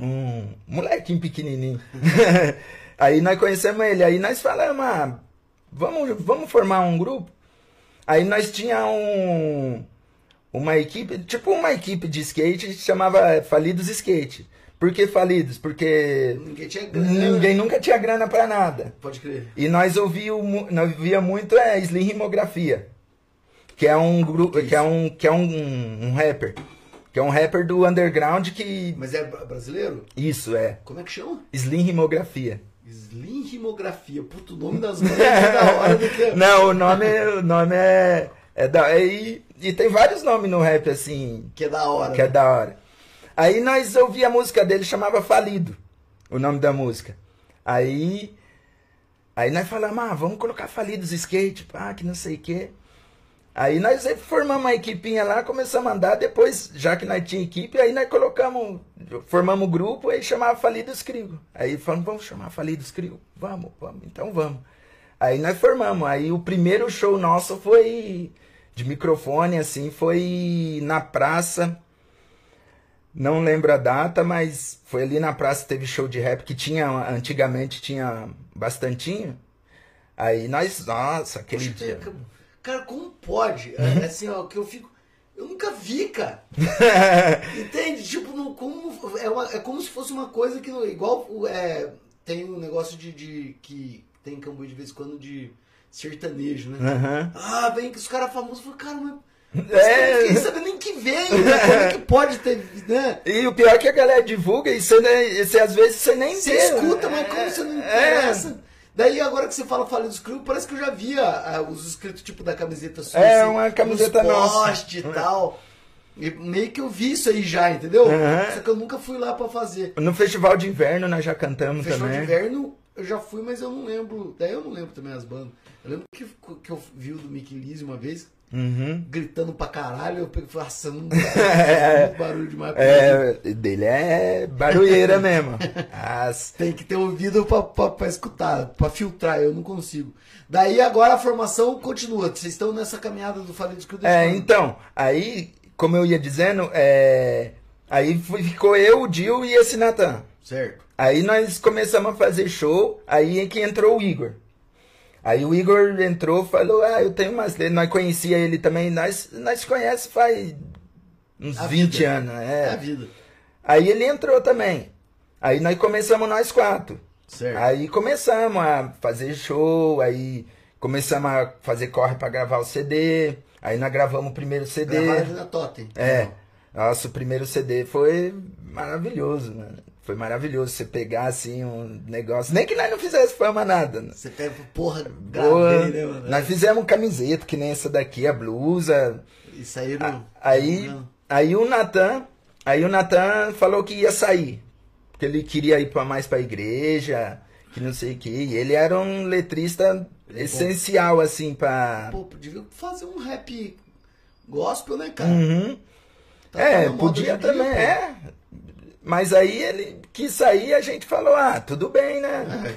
S1: um molequinho pequenininho. aí nós conhecemos ele, aí nós falamos, ah, vamos, vamos formar um grupo? Aí nós tinha um, uma equipe, tipo uma equipe de skate, que se chamava Falidos Skate. Por que Falidos? Porque
S2: Ninguém tinha grana.
S1: ninguém nunca tinha grana pra nada.
S2: Pode crer.
S1: E nós ouviu, mu- nós via muito é, Slim Rimografia, que é um grupo, que é um, que é um, um rapper, que é um rapper do underground que
S2: Mas é bra- brasileiro?
S1: isso é
S2: Como é que chama?
S1: Slim Rimografia.
S2: Slim Rimografia. Puto, o nome das bandas é da hora do que...
S1: Não, o nome, o nome é. é da, é- e, e tem vários nomes no rap, assim,
S2: Que é da hora.
S1: que é da hora. Aí nós ouvi a música dele, chamava Falido, o nome da música. Aí. Aí nós falamos, ah, vamos colocar Falidos Skate, pá, que não sei o quê. Aí nós formamos uma equipinha lá, começamos a andar, depois, já que nós tinha equipe, aí nós colocamos formamos um grupo, aí chamava Falidos Crigo. Aí falamos, vamos chamar Falidos Crigo? Vamos, vamos, então vamos. Aí nós formamos. Aí o primeiro show nosso foi de microfone, assim, foi na praça. Não lembro a data, mas foi ali na praça teve show de rap que tinha, antigamente tinha bastantinho. Aí nós, nossa, aquele
S2: Poxa,
S1: dia.
S2: cara, Cara, como pode? É, assim, ó, que eu fico. Eu nunca vi, cara. Entende? Tipo, não, como, é, uma- é como se fosse uma coisa que não. Igual o, é, tem um negócio de, de- que tem em Cambuí de vez em quando de sertanejo, né?
S1: Aham.
S2: Ah, vem que os caras famosos falam, cara, mas.
S1: É.
S2: É. Não sabe nem que vem, né? Como é que pode ter, né?
S1: E o pior é que a galera divulga e você, né, e você às vezes você nem
S2: Você
S1: vê, né? é.
S2: escuta, mas como você não interessa? Daí agora que você fala Falha dos Crew, parece que eu já via ah, os escritos tipo da camiseta sua.
S1: É, uma camiseta
S2: nos
S1: nossa.
S2: poste e tal. E meio que eu vi isso aí já, entendeu?
S1: Aham.
S2: Só que eu nunca fui lá pra fazer.
S1: No festival de inverno nós já cantamos
S2: Festival
S1: também.
S2: de Inverno eu já fui, mas eu não lembro. Daí eu não lembro também as bandas. Eu lembro que, que eu vi o do Mickey Lizzy uma vez,
S1: Uhum.
S2: gritando pra caralho. Eu peguei e falei, "Nossa, não dá, muito um barulho demais. pra ouvir."
S1: É, dele é barulheira mesmo. As-
S2: Tem que ter ouvido pra, pra, pra escutar, pra filtrar, eu não consigo. Daí agora a formação continua. Vocês estão nessa caminhada do Falei Escudo.
S1: É, então, aí, como eu ia dizendo, é, aí fui- ficou eu, o Dil e esse Natan.
S2: Certo.
S1: Aí nós começamos a fazer show, aí é que entrou o Igor. Aí o Igor entrou, falou, ah, eu tenho umas letras, nós conhecia ele também, nós, nós conhece faz uns
S2: A
S1: 20
S2: vida.
S1: anos,
S2: É a
S1: é.
S2: vida.
S1: Aí ele entrou também. Aí nós começamos nós quatro.
S2: Certo.
S1: Aí começamos a fazer show, aí começamos a fazer corre pra gravar o CD. Aí nós gravamos o primeiro CD.
S2: Gravado na Totem.
S1: É. Nossa, o primeiro CD foi maravilhoso, mano. Foi maravilhoso você pegar assim um negócio. Nem que nós não fizesse fama nada. né?
S2: Você pega, porra,
S1: Boa.
S2: gravei, né, mano?
S1: Nós fizemos camiseta, que nem essa daqui, a blusa.
S2: Isso aí não.
S1: Aí,
S2: não.
S1: aí o Natan, aí o Natan falou que ia sair, porque ele queria ir para mais para igreja, que não sei o que. Ele era um letrista essencial assim para
S2: é Pô, devia fazer um rap gospel, né, cara?
S1: Uhum.
S2: Tá
S1: é,
S2: na moda
S1: podia
S2: hoje em dia,
S1: também,
S2: pô.
S1: é. Mas aí ele quis sair, a gente falou: "Ah, tudo bem,
S2: É.
S1: né?"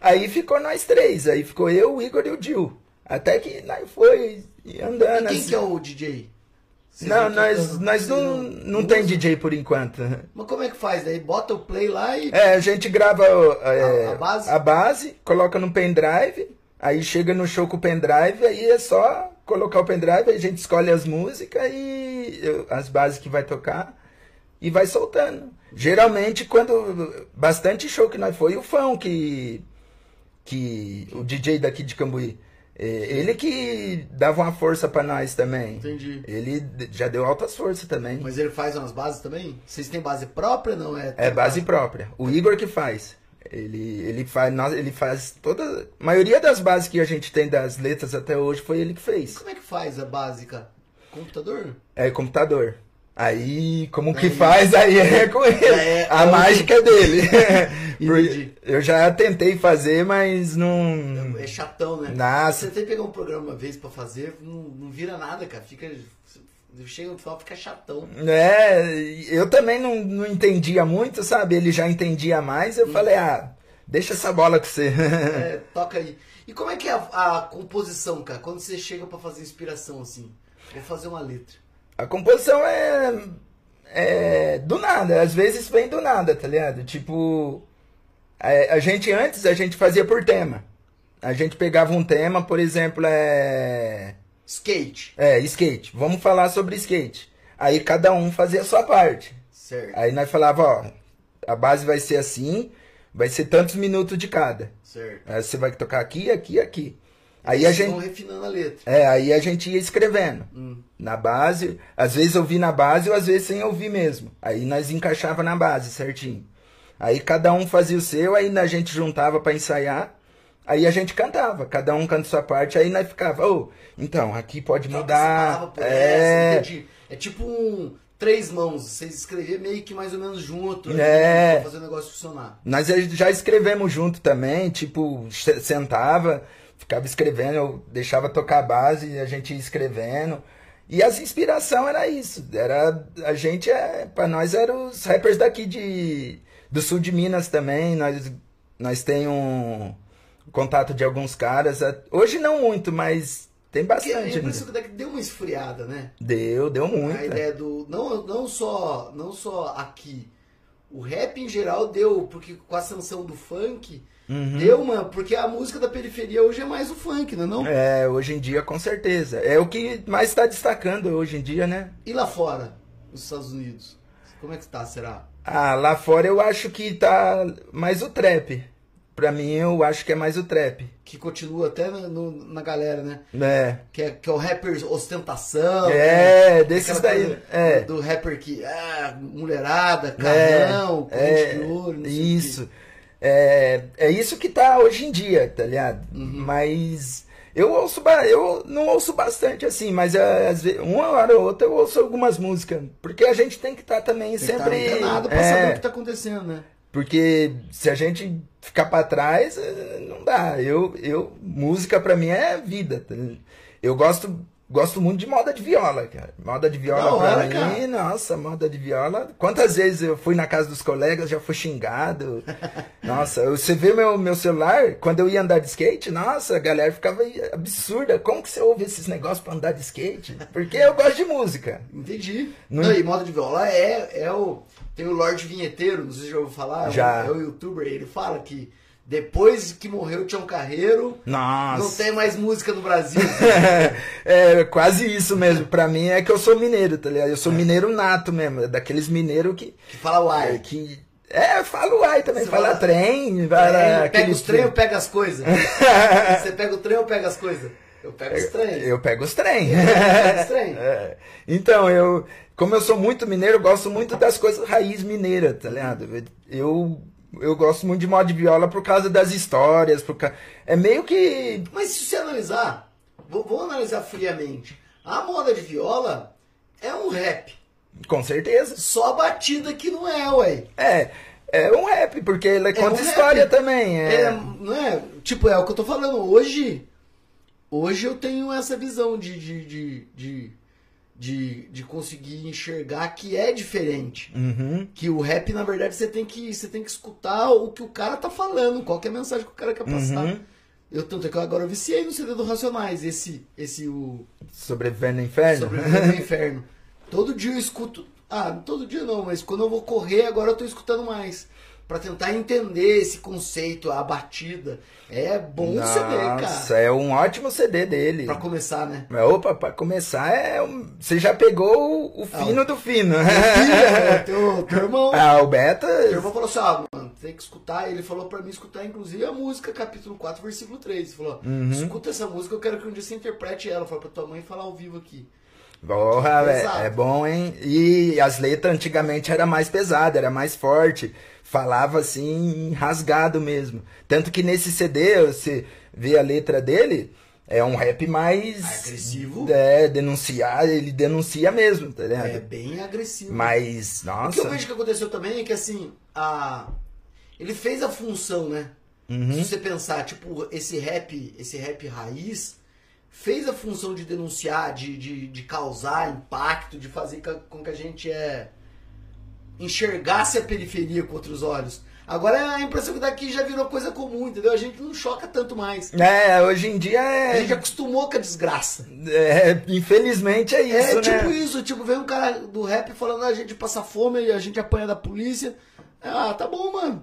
S1: Aí ficou nós três, aí ficou eu, o Igor e o Dil. Até que nós foi
S2: E
S1: andando
S2: quem
S1: assim.
S2: que é o DJ? Vocês
S1: Não,
S2: tocam-
S1: nós, nós
S2: vocês
S1: não, não tem DJ por enquanto.
S2: Mas como é que faz? Daí bota o play lá e.
S1: É, a gente grava é,
S2: A- a base?
S1: base, coloca no pendrive, aí chega no show com o pendrive, aí é só colocar o pendrive, aí a gente escolhe as músicas e eu- as bases que vai tocar e vai soltando. Geralmente, quando. Bastante show que nós foi, o fã que. que o DJ daqui de Cambuí. é, Ele que dava uma força pra nós também.
S2: Entendi.
S1: Ele d- já deu altas forças também.
S2: Mas ele faz umas bases também? Vocês têm base própria, não? É,
S1: É base própria. O Igor que faz. Ele, ele faz, nós- ele faz toda. A maioria das bases que a gente tem das letras até hoje foi ele que fez.
S2: Como é que faz a básica? Computador?
S1: É computador. Aí, como que
S2: Aí.
S1: faz, aí é com ele.
S2: É,
S1: a
S2: é o
S1: mágica é dele.
S2: Entendi.
S1: Eu já tentei fazer, mas não.
S2: É chatão, né?
S1: Nossa.
S2: Você tem que pegar um programa uma vez pra fazer, não, não vira nada, cara. Fica. Chega no final, fica chatão.
S1: É, eu também não, não entendia muito, sabe? Ele já entendia mais. Eu falei, ah, deixa essa bola com você.
S2: É, toca aí. E como é que é a, a composição, cara? Quando você chega pra fazer inspiração assim? Vou fazer uma letra.
S1: A composição é, é do nada, às vezes vem do nada, tá ligado? Tipo, a, a gente antes a gente fazia por tema. A gente pegava um tema, por exemplo, é,
S2: Skate.
S1: é skate. Vamos falar sobre skate. Aí cada um fazia a sua parte.
S2: Certo,
S1: Aí nós falava, ó, a base vai ser assim, vai ser tantos minutos de cada.
S2: certo.
S1: Aí você vai tocar aqui, aqui, aqui. Aí a
S2: Vocês vão
S1: gente,
S2: refinando a letra.
S1: é, aí a gente ia escrevendo.
S2: Hum,
S1: Na base, às vezes eu vi na base ou às vezes sem ouvir mesmo. Aí nós encaixava na base certinho. Aí cada um fazia o seu, aí a gente juntava pra ensaiar. Aí a gente cantava, cada um canta sua parte, aí nós ficava, ô, então, aqui pode
S2: troca essa
S1: mudar.
S2: palavra por
S1: é,
S2: essa, entendi. É tipo um três mãos. Vocês escrever meio que mais ou menos junto. né,
S1: É.
S2: Pra fazer o negócio funcionar.
S1: nós já escrevemos junto também, tipo, se- sentava, ficava escrevendo, eu deixava tocar a base, a gente ia escrevendo. E as inspiração era isso. Era a gente é, para nós eram os rappers daqui de do sul de Minas também. Nós nós tem um contato de alguns caras. Hoje não muito, mas tem
S2: Porque a
S1: bastante. né?
S2: impressão que daqui deu uma esfriada, né?
S1: Deu, deu muito.
S2: A ideia do. Não, não, só, não só aqui. O rap em geral deu, porque com a sanção do funk,
S1: Uhum.
S2: deu uma. Porque a música da periferia hoje é mais o funk, né? Não?
S1: É, hoje em dia com certeza. É o que mais está destacando hoje em dia, né?
S2: E lá fora, nos Estados Unidos? Como é que tá, será?
S1: Ah, lá fora eu acho que tá mais o trap. Pra mim, eu acho que é mais o trap.
S2: Que continua até na, no- na galera, né?
S1: É.
S2: Que é, que é o rapper ostentação. né?
S1: É, desses
S2: Aquela
S1: daí.
S2: coisa
S1: É.
S2: Do rapper que. Ah, mulherada,
S1: É,
S2: carrão,
S1: é,
S2: é, de ouro, não sei o quê.
S1: Isso. É, é isso que tá hoje em dia, tá ligado?
S2: Uhum.
S1: Mas eu ouço, ba- eu não ouço bastante assim, mas ah, às vezes, uma hora ou outra eu ouço algumas músicas. Porque a gente tem que estar também
S2: Tem que
S1: sempre.
S2: estar tá antenado pra
S1: é,
S2: saber o que tá acontecendo, né?
S1: Porque se a gente ficar pra trás, eh, não dá. Eu, eu, música pra mim é vida. tá ligado? Eu gosto, gosto muito de moda de viola, cara. Moda de
S2: Da
S1: viola
S2: hora,
S1: pra mim,
S2: cara.
S1: nossa, moda de viola. Quantas vezes eu fui na casa dos colegas, já fui xingado. Nossa, eu- você vê meu, meu celular, quando eu ia andar de skate, nossa, a galera ficava absurda. Como que você ouve esses negócios pra andar de skate? Porque eu gosto de música.
S2: Entendi.
S1: Não-
S2: Não, e moda de viola é, é o. Tem o Lorde Vinheteiro, não sei se já ouviu falar. é um-
S1: Já.
S2: É o youtuber, ele fala que depois que morreu o Tião Carreiro,
S1: Nossa.
S2: não tem mais música no Brasil.
S1: é quase isso mesmo. Pra mim é que eu sou mineiro, tá ligado? Eu sou mineiro nato mesmo. é Daqueles mineiros que.
S2: que fala
S1: É,
S2: uai.
S1: que, é fala uai também.
S2: Você
S1: fala
S2: fala-
S1: trem, fala.
S2: Pega
S1: é aquele-
S2: os trem ou pega as coisas? Você pega o trem ou pega as coisas? Eu pego os trem.
S1: Eu pego os trem.
S2: pego os trem.
S1: É. Então, eu. Como eu sou muito mineiro, eu gosto muito das coisas raiz mineira, tá ligado? Eu. Eu gosto muito de moda de viola por causa das histórias, por ca... É meio que.
S2: Mas se você analisar, vou, vou analisar friamente. A moda de viola é um rap.
S1: Com certeza.
S2: Só a batida que não é, ué.
S1: É. É um rap, porque ele conta
S2: um
S1: história
S2: rap.
S1: também.
S2: É, não é? Tipo, é o que eu tô falando. Hoje, hoje eu tenho essa visão de, de, de, de, de, de conseguir enxergar que é diferente.
S1: Uhum.
S2: Que o rap, na verdade, você tem que, você tem que escutar o que o cara tá falando, qual que é a mensagem que o cara quer passar.
S1: Uhum.
S2: Eu tanto é que eu agora viciei no CD do Racionais, esse, esse o
S1: Sobrevivendo no inferno?
S2: Sobrevivendo ao Inferno. Todo dia eu escuto. Ah, todo dia não, mas quando eu vou correr, agora eu tô escutando mais. Pra tentar entender esse conceito, a batida. É bom CD,
S1: Nossa,
S2: cara.
S1: é um ótimo CD dele.
S2: Pra começar, né?
S1: Mas, Opa, pra começar, é um- você já pegou o, o
S2: Ah,
S1: fino do fino.
S2: Filha, É né? teu, teu irmão.
S1: ah, o Beta.
S2: Meu irmão falou assim, ah, mano, tem que escutar. Ele falou pra mim escutar, inclusive, a música, capítulo 4, versículo 3. Ele falou,
S1: Uhum.
S2: escuta essa música, eu quero que um dia você interprete ela. Fala pra tua mãe falar ao vivo aqui.
S1: Porra,
S2: Exato.
S1: é, é bom, hein? E as letras antigamente era mais pesada, era mais forte. Falava assim, rasgado mesmo. Tanto que nesse CD, você vê a letra dele, é um rap mais.
S2: Agressivo.
S1: É, denunciar, ele denuncia mesmo, tá ligado?
S2: É bem agressivo.
S1: Mas,
S2: O que eu
S1: nossa.
S2: vejo que aconteceu também é que, assim, a... ele fez a função, né?
S1: Uhum.
S2: Se você pensar, tipo, esse rap, esse rap raiz, fez a função de denunciar, de, de, de causar impacto, de fazer ca- com que a gente é, enxergasse a periferia com outros olhos. Agora a impressão que daqui já virou coisa comum, entendeu? A gente não choca tanto mais.
S1: É, hoje em dia
S2: A
S1: é.
S2: gente acostumou com a desgraça.
S1: é, infelizmente é
S2: É
S1: isso,
S2: tipo
S1: né?
S2: isso, tipo, vem um cara do rap falando "Ah, a gente passa fome e a gente apanha da polícia. Ah, tá bom, mano.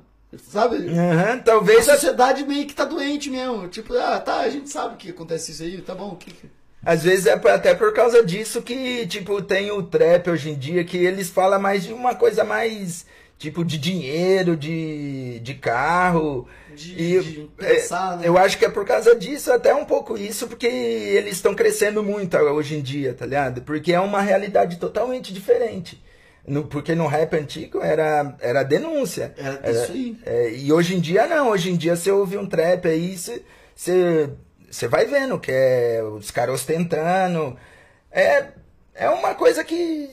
S2: Sabe?
S1: Aham,
S2: A
S1: talvez
S2: sociedade meio que tá doente mesmo. Tipo, ah, tá, a gente sabe que acontece isso aí, tá bom. que que-
S1: às vezes é pra- até por causa disso que tipo tem o trap hoje em dia que eles falam mais de uma coisa mais tipo de dinheiro, de, de carro.
S2: De,
S1: E,
S2: de
S1: é,
S2: pensar, né?
S1: Eu acho que é por causa disso, até um pouco isso, porque eles estão crescendo muito hoje em dia, tá ligado? Porque é uma realidade totalmente diferente. No- porque no rap antigo era, era denúncia.
S2: Era isso aí.
S1: É, e hoje em dia não, hoje em dia você ouve um trap aí, você- você você vai vendo que é os caras ostentando. É, é uma coisa que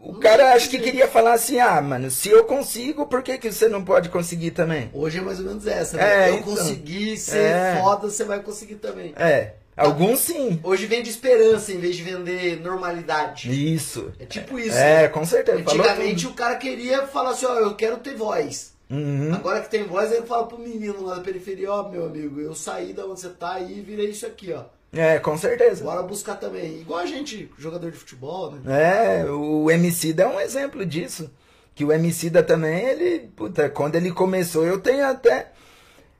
S1: o cara acho que queria falar assim, ah, mano, se eu consigo, por que, que você não pode conseguir também?
S2: Hoje é mais ou menos essa,
S1: É,
S2: né? Eu
S1: então.
S2: consegui ser
S1: É.
S2: foda, você vai conseguir também.
S1: É. Alguns sim.
S2: Hoje vende esperança em vez de vender normalidade.
S1: Isso.
S2: É tipo isso. né?
S1: É, com certeza. Falou
S2: Antigamente o cara queria falar assim, ó, eu quero ter voz.
S1: tudo. Uhum.
S2: Agora que tem voz, ele fala pro menino lá da periferia, ó, meu amigo, eu saí da onde você tá aí e virei isso aqui, ó.
S1: É, com certeza.
S2: Bora buscar também. Igual a gente, jogador de futebol, né?
S1: É, o Emicida é um exemplo disso. Que o Emicida também, ele, puta, quando ele começou, eu tenho até.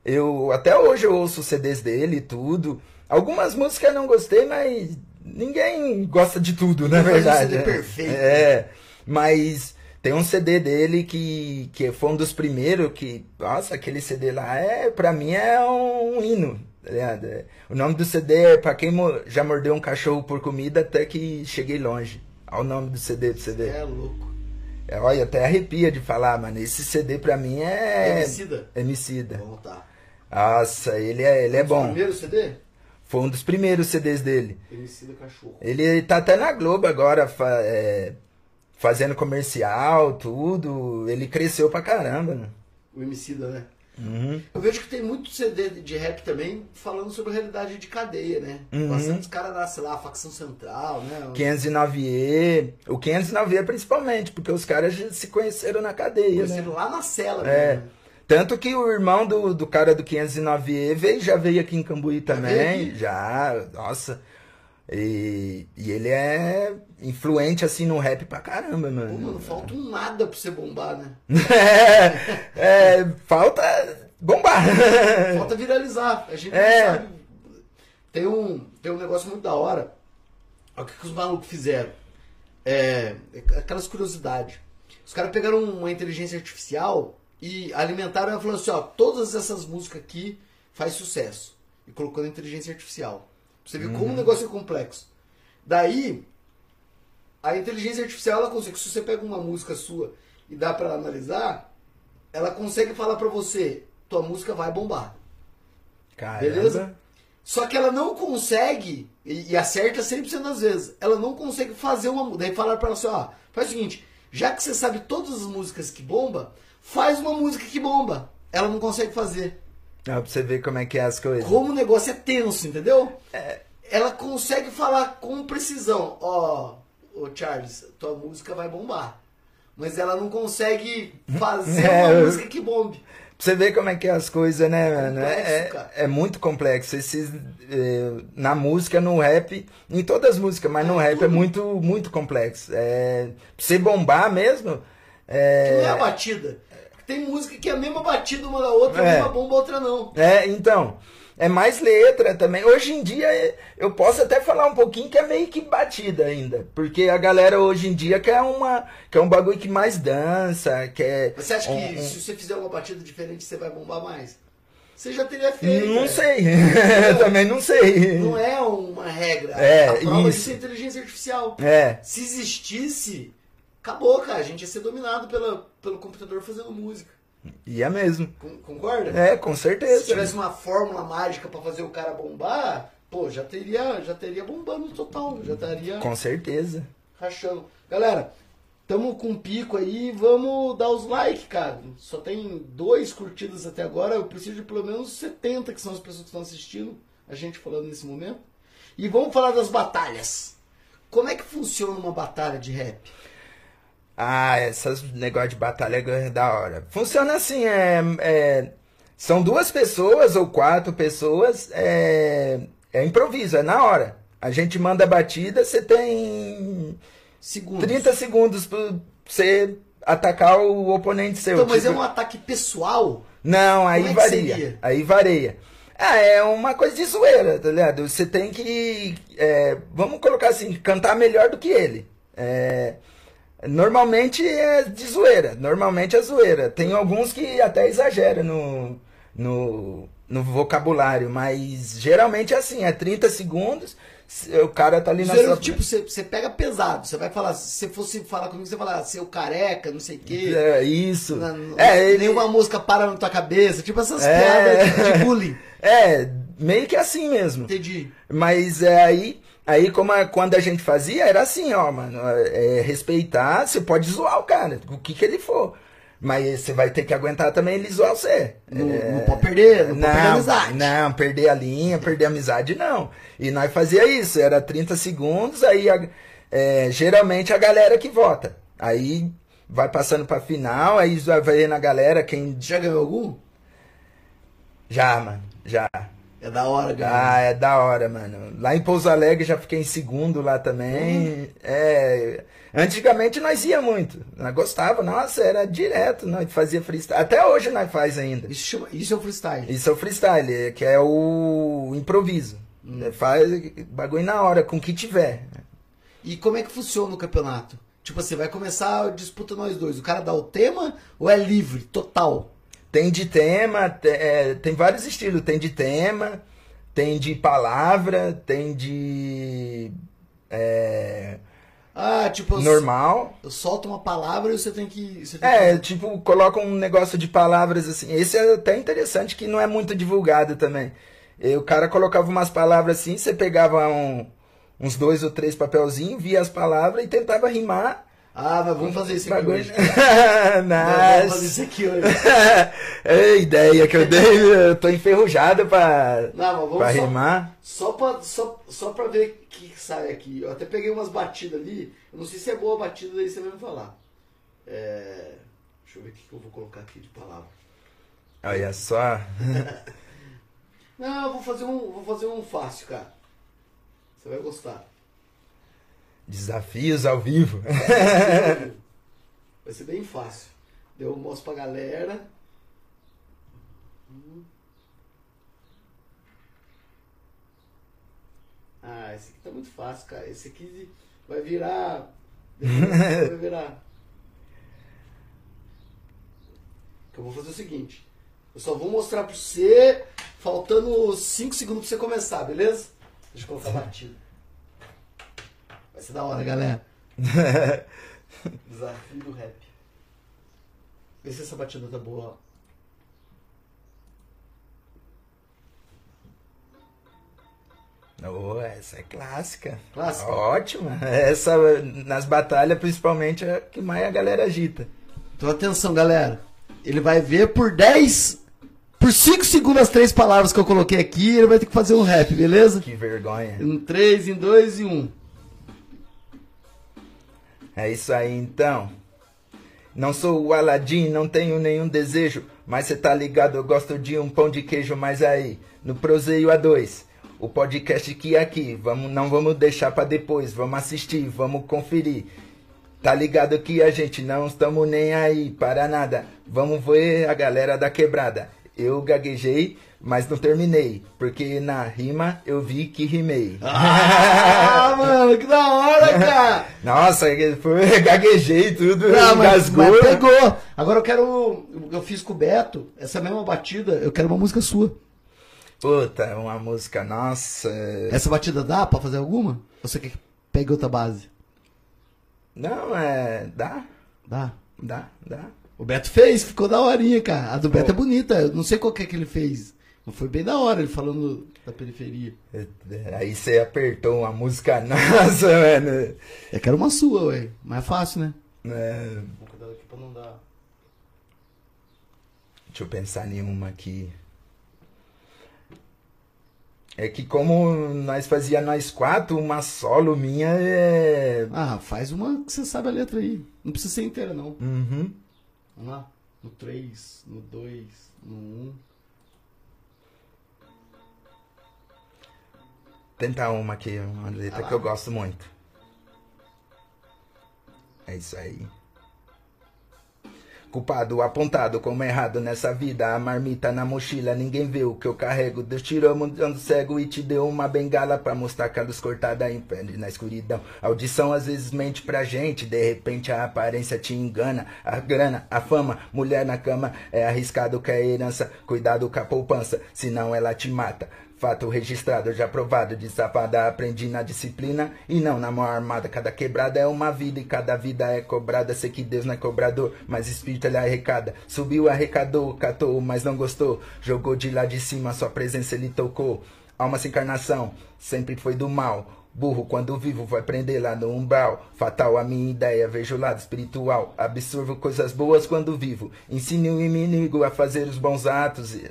S1: Eu até hoje eu ouço os CDs dele e tudo. Algumas músicas eu não gostei, mas ninguém gosta de tudo, na
S2: Mas o
S1: verdade.
S2: CD
S1: né?
S2: perfeito.
S1: É, mas tem um CD dele que, que foi um dos primeiros que, nossa, aquele CD lá é, pra mim é um hino. tá ligado? É, O nome do CD é Pra quem mo- já mordeu um cachorro por comida até que cheguei longe. Olha o nome do CD do CD.
S2: É louco.
S1: É, olha, até arrepia de falar, mano. Esse CD pra mim é.
S2: Emicida?
S1: Emicida.
S2: Bom, tá.
S1: Nossa, ele é, ele é bom.
S2: Primeiro CD?
S1: Foi um dos primeiros CDs dele.
S2: Emicida Cachorro.
S1: Ele tá até na Globo agora, fa- é, fazendo comercial, tudo. Ele cresceu pra caramba. né?
S2: O Emicida, né?
S1: Uhum.
S2: Eu vejo que tem muito CD de rap também falando sobre a realidade de cadeia, né?
S1: Uhum.
S2: Bastante os caras da, sei lá, facção central, né?
S1: 509E. O 509E principalmente, porque os caras já se conheceram na cadeia, né?
S2: Conhecendo lá na cela,
S1: É.
S2: mesmo, né?
S1: Tanto que o irmão do, do cara do 509E veio, já veio aqui em Cambuí também.
S2: veio aqui?
S1: Já, nossa. E, e ele é influente assim no rap pra caramba,
S2: Pô, mano,
S1: mano.
S2: falta um nada pra você bombar, né?
S1: é, é, falta bombar.
S2: Falta viralizar. A gente
S1: É.
S2: não sabe. Tem um, tem um negócio muito da hora. Olha o que, que os malucos fizeram. É, aquelas curiosidades. Os caras pegaram uma inteligência artificial e alimentaram ela falando assim, ó, todas essas músicas aqui faz sucesso. E colocou na inteligência artificial. Pra você ver como o negócio é complexo. Daí, a inteligência artificial, ela consegue, se você pega uma música sua e dá pra ela analisar, ela consegue falar pra você, tua música vai bombar.
S1: Caramba.
S2: Beleza? Só que ela não consegue, e, e acerta 100% das vezes, ela não consegue fazer uma. mu- Daí falaram pra ela assim: ó, faz o seguinte, já que você sabe todas as músicas que bomba, faz uma música que bomba. Ela não consegue fazer.
S1: Ó, pra você ver como é que é as coisas.
S2: Como o negócio é tenso, entendeu? Ela consegue falar com precisão: ó, ô Charles, tua música vai bombar. Mas ela não consegue fazer
S1: É,
S2: uma
S1: eu-
S2: música que bombe.
S1: Pra você ver como é que é as coisas, né, mano?
S2: Complexo,
S1: É,
S2: cara.
S1: é, é muito complexo. Esses, eh, na música, no rap, em todas as músicas, mas no rap é muito, muito complexo. É, pra você bombar mesmo,
S2: Que Não é a
S1: é,
S2: batida. Tem música que é a mesma batida uma da outra,
S1: É.
S2: é. uma bomba, a outra não.
S1: é, então, é mais letra também. Hoje em dia, é, eu posso até falar um pouquinho que é meio que batida ainda. Porque a galera hoje em dia quer, uma, quer um bagulho que mais dança, quer...
S2: Mas Você acha que
S1: um- um-
S2: se você fizer uma batida diferente, você vai bombar mais? Você já teria feito.
S1: Não
S2: né?
S1: sei, também não sei.
S2: Não é uma regra.
S1: É,
S2: a prova
S1: isso.
S2: disso é inteligência artificial.
S1: É,
S2: Se existisse, acabou, cara. A gente ia ser dominado pela, pelo computador fazendo música.
S1: e é mesmo.
S2: Con- Concorda?
S1: É, com
S2: Se
S1: certeza.
S2: tivesse uma fórmula mágica pra fazer o cara bombar, pô, já teria, já teria bombando total. Já estaria
S1: Com certeza.
S2: rachando. Galera, tamo com um pico aí, vamos dar os likes, cara. Só tem dois curtidas até agora, eu preciso de pelo menos 70 que são as pessoas que estão assistindo a gente falando nesse momento. E vamos falar das batalhas. Como é que funciona uma batalha de rap?
S1: Ah, essas negócio de batalha é da hora. Funciona assim, é, é, são duas pessoas ou quatro pessoas, é, é improviso, é na hora. A gente manda a batida, você tem
S2: Segundo.
S1: 30 segundos pra você atacar o oponente seu.
S2: então, mas é
S1: tipo-
S2: um ataque pessoal?
S1: Não, aí
S2: Como é que
S1: varia.
S2: seria?
S1: Aí varia. Ah, é uma coisa de zoeira, tá ligado? Você tem que. é, vamos colocar assim, cantar melhor do que ele. É, normalmente é de zoeira. Normalmente é zoeira. Tem alguns que até exageram no, no, no vocabulário, mas geralmente é assim, é 30 segundos, se- o cara tá ali na
S2: Zero,
S1: sua.
S2: tipo, você, você pega pesado. Você vai falar, se você fosse falar comigo, você vai falar, seu careca, não sei o quê.
S1: É, isso.
S2: Na- na-
S1: é, ele,
S2: Nenhuma música para na tua cabeça. Tipo essas
S1: É.
S2: piadas de bullying.
S1: é, meio que assim mesmo.
S2: Entendi.
S1: Mas é, aí, aí como a- quando a gente é, fazia, era assim, ó, mano, é, respeitar, você pode zoar o cara, o que que ele for. Mas você vai ter que aguentar também eles zoar você.
S3: Não,
S1: É,
S3: não pode perder, não pode perder a amizade.
S1: Não, perder a linha, perder a amizade, não. E nós fazia isso, era 30 segundos, aí a- é, geralmente a galera que vota. Aí vai passando pra final, aí vai vendo a galera, quem.
S2: Já ganhou algum?
S1: Já, mano, já.
S2: É da hora, cara.
S1: Ah, é da hora, mano. Lá em Pouso Alegre já fiquei em segundo lá também. É. Antigamente nós ia muito. Nós gostava, nossa, era direto, nós fazia freestyle. Até hoje nós faz ainda.
S2: Isso, chama- isso é o freestyle.
S1: Isso é o freestyle, é- que é o improviso. É, Faz bagulho na hora, com o que tiver.
S2: E como é que funciona o campeonato? Tipo assim, vai começar a disputa nós dois. O cara dá o tema ou é livre, total?
S1: Tem de tema, te- é, tem vários estilos. Tem de tema, tem de palavra, tem de. é,
S2: Ah, tipo, eu,
S1: normal.
S2: eu solto uma palavra e você tem que. Você tem
S1: É, tipo, coloca um negócio de palavras assim. Esse é até interessante que não é muito divulgado também. E o cara colocava umas palavras assim, você pegava um- uns dois ou três papelzinhos, via as palavras e tentava rimar.
S2: Ah, mas vamos fazer isso aqui
S1: Bagulho-
S2: hoje. Vamos fazer
S1: Nossa.
S2: isso aqui hoje.
S1: É ideia que eu dei, eu tô enferrujado pra, pra
S2: Não, mas vamos só,
S1: rimar.
S2: só, pra, só, só pra ver o que que sai aqui. Eu até peguei umas batidas ali. Eu não sei se é boa a batida, daí você vai me falar. É, Deixa eu ver o que que eu vou colocar aqui de palavra.
S1: Olha só.
S2: Não, eu vou fazer um, vou fazer um fácil, cara. Você vai gostar.
S1: Desafios ao vivo.
S2: Vai ser bem fácil. Eu mostro pra galera. Hum. Ah, esse aqui tá muito fácil, cara. Esse aqui vai virar. Vai virar. Que eu vou fazer o seguinte. Eu só vou mostrar pra você, faltando 5 segundos pra você começar, beleza? Deixa eu colocar a batida. Vai ser da hora, galera. Desafio do rap. Vê se essa batida tá boa.
S1: Oh, essa é clássica.
S2: Clássica?
S1: Ótima. Essa, nas batalhas, principalmente, é a que mais a galera agita.
S2: Então atenção, galera.
S3: Ele vai ver por 10. Por 5 segundos as três palavras que eu coloquei aqui, ele vai ter que fazer um rap, beleza?
S1: Que vergonha.
S2: Em 3, em 2 e 1. Um.
S1: É isso aí, então. Não sou o Aladim, não tenho nenhum desejo, mas cê tá ligado, eu gosto de um pão de queijo, mas aí, no Proseio A2, o podcast que é aqui, vamos, não vamos deixar pra depois, vamos assistir, vamos conferir. Tá ligado que a gente não estamos nem aí para nada, vamos ver a galera da quebrada. Eu gaguejei, mas não terminei, porque na rima eu vi que rimei.
S2: Ah, mano, que da hora, cara!
S1: Nossa, foi, gaguejei tudo,
S2: Ah, mas,
S1: engasgou.
S2: mas pegou. Agora eu quero. Eu fiz com o Beto essa mesma batida. Eu quero uma música sua.
S1: Puta, é uma música, nossa.
S2: Essa batida dá pra fazer alguma? Ou você quer que pegue outra base?
S1: Não, é. Dá,
S2: Dá.
S1: dá, dá.
S2: O Beto fez, ficou da horinha, cara. A do Beto é bonita. Eu não sei qual que é que ele fez. Mas foi bem da hora ele falando da periferia.
S1: Aí você apertou uma música nossa, mano.
S2: Eu quero É uma sua, ué. Mais fácil, né?
S1: É,
S2: Vou cuidar aqui pra não dar.
S1: Deixa eu pensar em uma aqui. É que como nós fazia nós quatro, uma solo minha é.
S2: Ah, faz uma que você sabe a letra aí. Não precisa ser inteira, não.
S1: Uhum.
S2: Vamos lá. No 3, no 2, no 1.
S1: Tentar uma aqui, uma letra que eu gosto muito. É isso aí. Culpado, apontado como errado nessa vida. A marmita na mochila, ninguém vê o que eu carrego. Deus tirou o mundo cego e te deu uma bengala pra mostrar que a luz cortada impede na escuridão. A audição às vezes mente pra gente, de repente a aparência te engana. A grana, a fama, mulher na cama, é arriscado que é herança. Cuidado com a poupança, senão ela te mata. Fato registrado, já provado, de safada aprendi na disciplina e não na mão armada. Cada quebrada é uma vida e cada vida é cobrada. Sei que Deus não é cobrador, mas espírito ele arrecada. Subiu, arrecadou, catou, mas não gostou. Jogou de lá de cima, sua presença ele tocou. Alma sem encarnação, sempre foi do mal. Burro quando vivo vai prender lá no umbral. Fatal a minha ideia, vejo o lado espiritual. Absorvo coisas boas quando vivo. Ensine o inimigo a fazer os bons atos. E-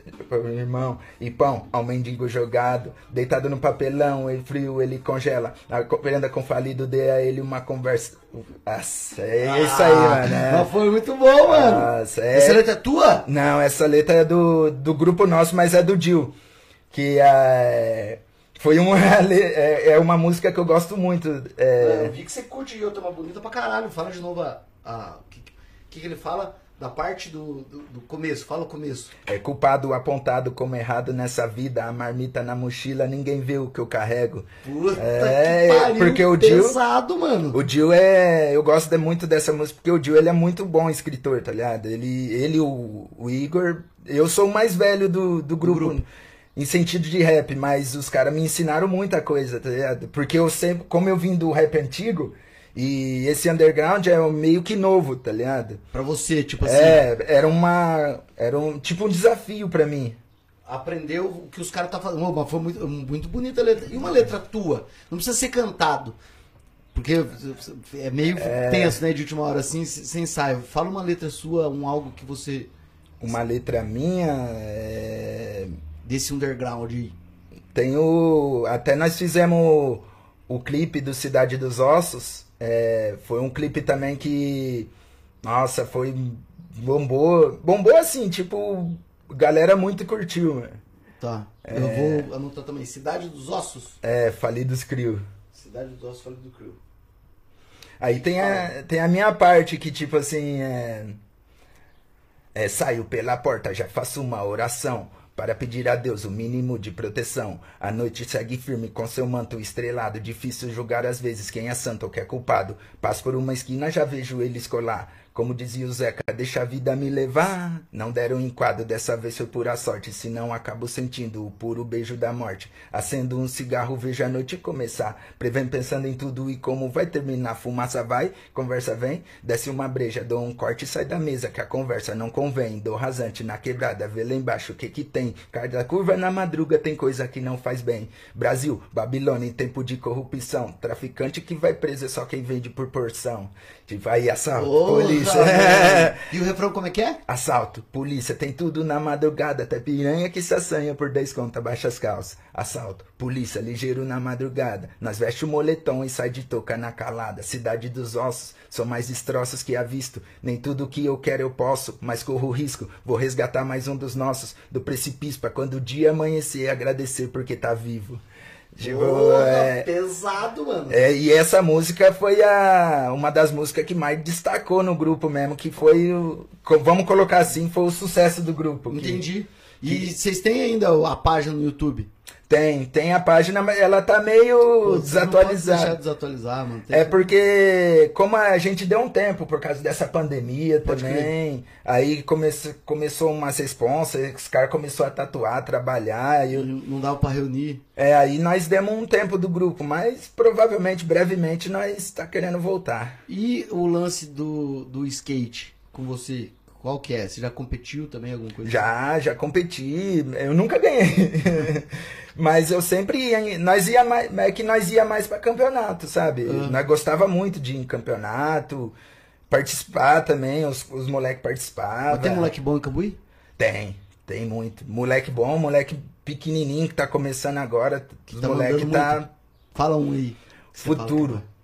S1: Irmão e pão ao mendigo jogado. Deitado no papelão, ele frio, ele congela. A co- prenda com falido, dê a ele uma conversa. Nossa, é isso aí,
S2: Ah,
S1: mano. é.
S3: Mas foi muito bom, mano.
S1: Nossa, é-
S3: Essa letra é tua?
S1: não, essa letra é do, do grupo nosso, mas é do Dil. Que é, foi uma, le- é, é uma música que eu gosto muito. é,
S2: É, Eu vi que você curte eu tava bonita pra caralho. Fala de novo a. a- o que, que, que ele fala? Da parte do, do, do começo. Fala o começo.
S1: é culpado, apontado como errado nessa vida. A marmita na mochila, ninguém vê o que eu carrego.
S2: Puta
S1: É,
S2: que pariu.
S1: porque o Dio-
S2: pesado, mano.
S1: O Dio é. Eu gosto de- muito dessa música, porque o Dio ele é muito bom escritor, tá ligado? Ele, ele o, o Igor. Eu sou o mais velho do, do grupo. Em sentido de rap, mas os caras me ensinaram muita coisa, tá ligado? Porque eu sempre, como eu vim do rap antigo, e esse underground é meio que novo, tá ligado?
S3: Pra você, tipo assim.
S1: É, era uma. Era um tipo um desafio pra mim.
S2: Aprendeu o que os caras tá falando. Ô, Mas foi muito, muito bonita a letra. E uma letra tua? Não precisa ser cantado. Porque é meio tenso, né? De última hora, assim, sem ensaio. Fala uma letra sua, um algo que você.
S1: Uma letra minha. É...
S2: Desse underground aí.
S1: Tem o. Até nós fizemos o, o clipe do Cidade dos Ossos. É, foi um clipe também que. Nossa, foi. Bombou. Bombou assim, tipo. Galera muito curtiu, né? mano.
S2: Tá. Eu vou anotar também. Cidade dos Ossos.
S1: É, Falidos Crio.
S2: Cidade dos Ossos, falei do Crew.
S1: Aí tem a, tem a minha parte que, tipo assim, é, é, Saio pela porta, já faço uma oração. Para pedir a Deus o mínimo de proteção. A noite segue firme com seu manto estrelado. Difícil julgar às vezes quem é santo ou quem é culpado. Passo por uma esquina, já vejo eles colar. Como dizia o Zeca, deixa a vida me levar. Não deram enquadro, dessa vez foi pura sorte. Senão acabo sentindo o puro beijo da morte. Acendo um cigarro, vejo a noite começar. Prevem pensando em tudo e como vai terminar. Fumaça vai, conversa vem. Desce uma breja, dou um corte e sai da mesa. Que a conversa não convém. Dou rasante na quebrada, vê lá embaixo o que que tem. Carda curva na madruga, tem coisa que não faz bem. Brasil, Babilônia em tempo de corrupção. Traficante que vai preso é só quem vende por porção. Tipo, aí assalto,
S2: Porra,
S1: polícia.
S2: velho. E o refrão como é que é?
S1: Assalto, polícia, tem tudo na madrugada, até piranha que se assanha por 10 conto, abaixa as calças. Assalto, polícia, ligeiro na madrugada, nós veste o moletom e sai de touca na calada. Cidade dos ossos, sou mais destroços que avisto, nem tudo que eu quero eu posso, mas corro risco, vou resgatar mais um dos nossos, do precipício pra quando o dia amanhecer agradecer porque tá vivo. Tipo,
S2: Porra,
S1: é-
S2: pesado, mano.
S1: é, e essa música foi a, uma das músicas que mais destacou no grupo mesmo, que foi o. co- Vamos colocar assim, foi o sucesso do grupo. que-
S2: Entendi. E vocês têm ainda a página no YouTube?
S1: Tem, tem a página, mas ela tá meio
S2: Não pode deixar
S1: desatualizada.
S2: desatualizar, mano. Tem
S1: É
S2: que-
S1: porque, como a gente deu um tempo por causa dessa pandemia
S2: Pode
S1: também, aí comece, começou umas responsas, os caras começaram a tatuar, trabalhar, e eu-
S2: Não dava pra reunir.
S1: é, aí nós demos um tempo do grupo, mas provavelmente, brevemente, nós tá querendo voltar.
S2: E o lance do, do skate com você? Qual que é? Você já competiu também alguma coisa?
S1: Já, já competi, eu nunca ganhei. Mas eu sempre ia, em- nós ia mais, é que nós ia mais para campeonato, sabe? Nós gostava muito de ir em campeonato, participar também, os, os moleques participavam.
S2: Mas tem moleque bom em Cambuí?
S1: Tem, tem muito. Moleque bom, moleque pequenininho que tá começando agora, os
S2: tá
S1: moleque
S2: mandando
S1: tá
S2: muito. Fala um aí. que tá. você fala
S1: futuro.
S2: que-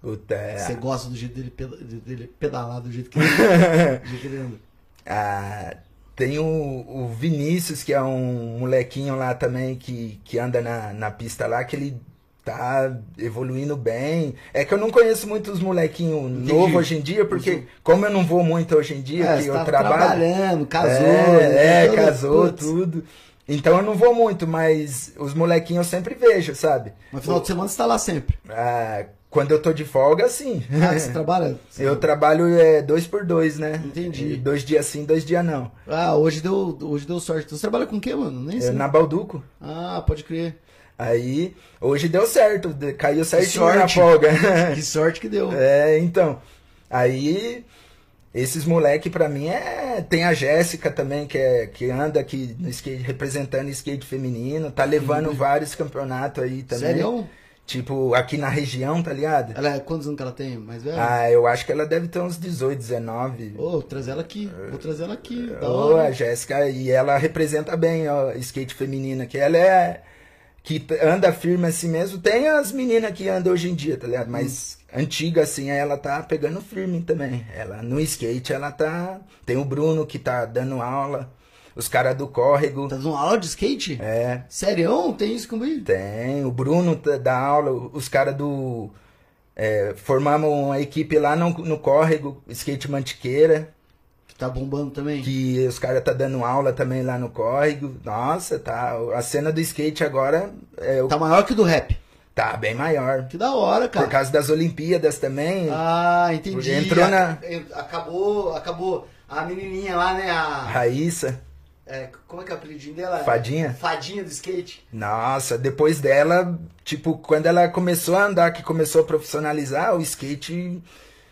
S1: Puta, é.
S2: Você gosta do jeito dele, peda- dele pedalar, do jeito que ele, do jeito que ele anda.
S1: Ah, tem o, o Vinícius, que é um molequinho lá também que, que anda na, na pista lá, que ele tá evoluindo bem. É que eu não conheço muito os molequinhos
S2: Entendi.
S1: novos hoje em dia, porque
S2: Entendi.
S1: como eu não vou muito hoje em dia,
S2: É,
S1: que
S2: você
S1: eu
S2: tá
S1: trabalho.
S2: trabalhando, casou.
S1: É,
S2: né?
S1: é,
S2: Todo-
S1: casou,
S2: putz.
S1: tudo. Então eu não vou muito, mas os molequinhos eu sempre vejo, sabe?
S2: Mas final de semana você tá lá sempre.
S1: Ah, quando eu tô de folga, sim.
S2: Ah, você trabalha?
S1: Eu trabalho é, dois por dois, né?
S2: Entendi.
S1: Dois dias sim, dois dias não.
S2: Ah, hoje deu, hoje deu sorte. Então, Você trabalha com o quê, mano? Nem
S1: Eu,
S2: sei.
S1: na Balduco.
S2: Ah, pode crer.
S1: Aí, hoje deu certo, de- caiu certinho na
S2: sorte.
S1: folga.
S2: Que sorte que deu.
S1: é, então. Aí, esses moleque pra mim é. Tem a Jéssica também, que, é, que anda aqui no skate, representando skate feminino, tá levando vários campeonatos aí também.
S2: Uhum. Sério?
S1: Tipo, aqui na região, tá ligado?
S3: Ela, é quantos anos que ela tem? Mais
S2: É.
S3: velha?
S1: Ah, eu acho que ela deve ter uns 18, 19.
S3: Ô, vou trazer ela aqui. Vou trazer ela aqui. Da
S1: Ah. É. Ô,
S3: hora.
S1: a Jéssica, e ela representa bem ó, skate feminina, que ela é. que t- anda firme assim mesmo. Tem as meninas que andam hoje em dia, tá ligado? Mas antiga assim, ela tá pegando firme também. Ela no skate, ela tá. Tem o Bruno que tá dando aula, os caras do córrego.
S3: Tá dando aula de skate?
S1: É,
S3: Sério? Tem isso comigo?
S1: tem. O Bruno tá- dá aula, os caras do. é, formamos uma equipe lá no, no córrego, skate mantiqueira.
S3: Que tá bombando também?
S1: que os caras tá dando aula também lá no córrego. Nossa, tá. A cena do skate agora é, o-
S3: Tá maior que o do rap.
S1: tá bem maior.
S3: Que da hora,
S1: Por
S3: cara.
S1: causa das Olimpíadas também.
S3: Ah, entendi.
S1: Porque entrou na-
S2: É, Acabou, acabou. A menininha lá, né?
S1: A
S2: A,
S1: Raíssa,
S2: é, como é que é o apelidinho dela?
S1: Fadinha.
S2: Fadinha do skate.
S1: Nossa, depois dela, tipo, quando ela começou a andar, que começou a profissionalizar, o skate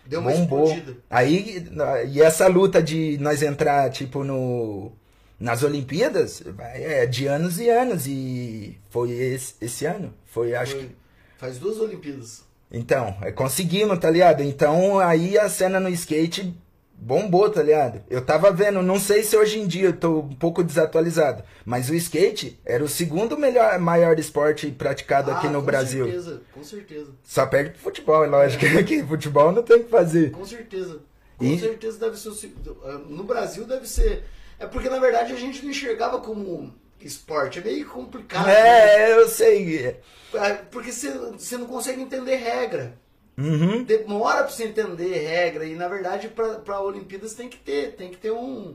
S2: Deu uma
S1: bombou.
S2: explodida.
S1: Aí, na- e essa luta de nós entrar, tipo, no. Nas Olimpíadas, vai, é de anos e anos. E foi esse, esse ano? Foi, acho que.
S2: Foi- Faz duas Olimpíadas.
S1: Então, é, conseguimos, tá ligado? Então aí a cena no skate bombou, tá ligado? Eu tava vendo, não sei se hoje em dia eu tô um pouco desatualizado, mas o skate era o segundo melhor, maior esporte praticado Tá aqui
S2: Ah,
S1: no
S2: com
S1: Brasil.
S2: certeza, com certeza.
S1: Só perde pro futebol, é lógico, que futebol não tem o que fazer.
S2: Com certeza. Com
S1: E-
S2: certeza deve ser. o se- ah, No Brasil deve ser. É porque na verdade a gente não enxergava como esporte. É meio complicado. né?
S1: É, eu sei.
S2: É, Porque você- você não consegue entender regra.
S1: Uhum.
S2: Demora pra você entender regra. E na verdade, pra, pra Olimpíadas tem que ter. Tem que ter um.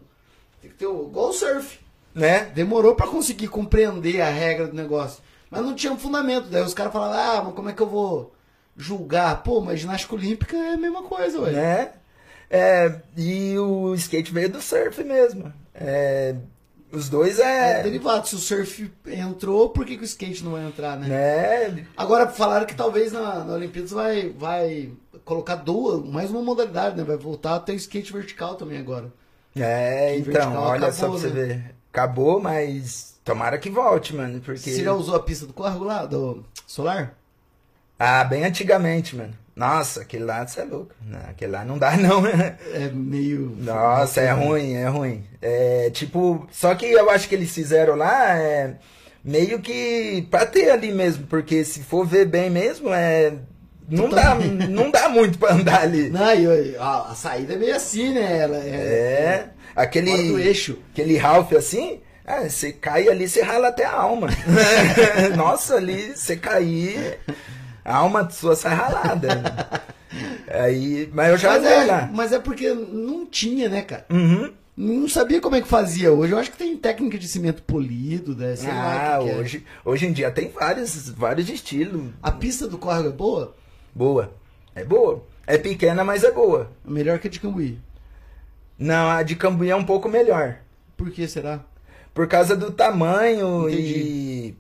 S2: Tem que ter um. Igual o surf.
S1: Né?
S2: Demorou pra conseguir compreender a regra do negócio. Mas não tinha um fundamento. Daí os caras falavam, ah, mas como é que eu vou julgar? Pô, mas ginástica olímpica é a mesma coisa, ué.
S1: né? É, e o skate veio do surf mesmo. É, os dois
S2: É
S1: é.
S2: derivado. Se o surf entrou, por que, que o skate não vai entrar, né?
S1: Né?
S2: Agora falaram que talvez na, na Olimpíadas vai, vai colocar duas, mais uma modalidade, né? Vai voltar a ter skate vertical também agora.
S1: É,
S2: Que
S1: então,
S2: vertical
S1: olha só pra
S2: acabou,
S1: você
S2: né?
S1: ver. Acabou, mas tomara que volte, mano, porque...
S2: Você já usou a pista do córrego lá, do solar?
S1: Ah, bem antigamente, mano. Nossa, aquele lá, você é louco. Não, aquele lá não dá, não.
S2: É meio.
S1: Nossa, é ruim, é ruim. É, tipo, só que eu acho que eles fizeram lá, é, meio que pra ter ali mesmo, porque se for ver bem mesmo, é... Não dá, não dá muito pra andar ali.
S2: Não, e, a, a saída é meio assim, né? Ela é,
S1: É, aquele...
S2: fora do eixo.
S1: aquele Ralph assim, ah, você cai ali, você rala até a alma. Nossa, ali, você cair, a alma sua sai ralada. Aí, mas eu já
S2: Mas
S1: andei
S2: é,
S1: lá.
S2: mas é porque não tinha, né, cara?
S1: Uhum.
S2: Não sabia como é que fazia hoje. Eu acho que tem técnica de cimento polido, né? Sei lá
S1: Ah,
S2: o que que é.
S1: hoje, hoje em dia tem vários, vários estilos.
S2: A pista do córrego é boa?
S1: Boa. É boa. É pequena, mas é boa.
S2: Melhor que a de Cambuí.
S1: Não, a de Cambuí é um pouco melhor.
S2: Por que será?
S1: Por causa do tamanho
S2: Entendi.
S1: e,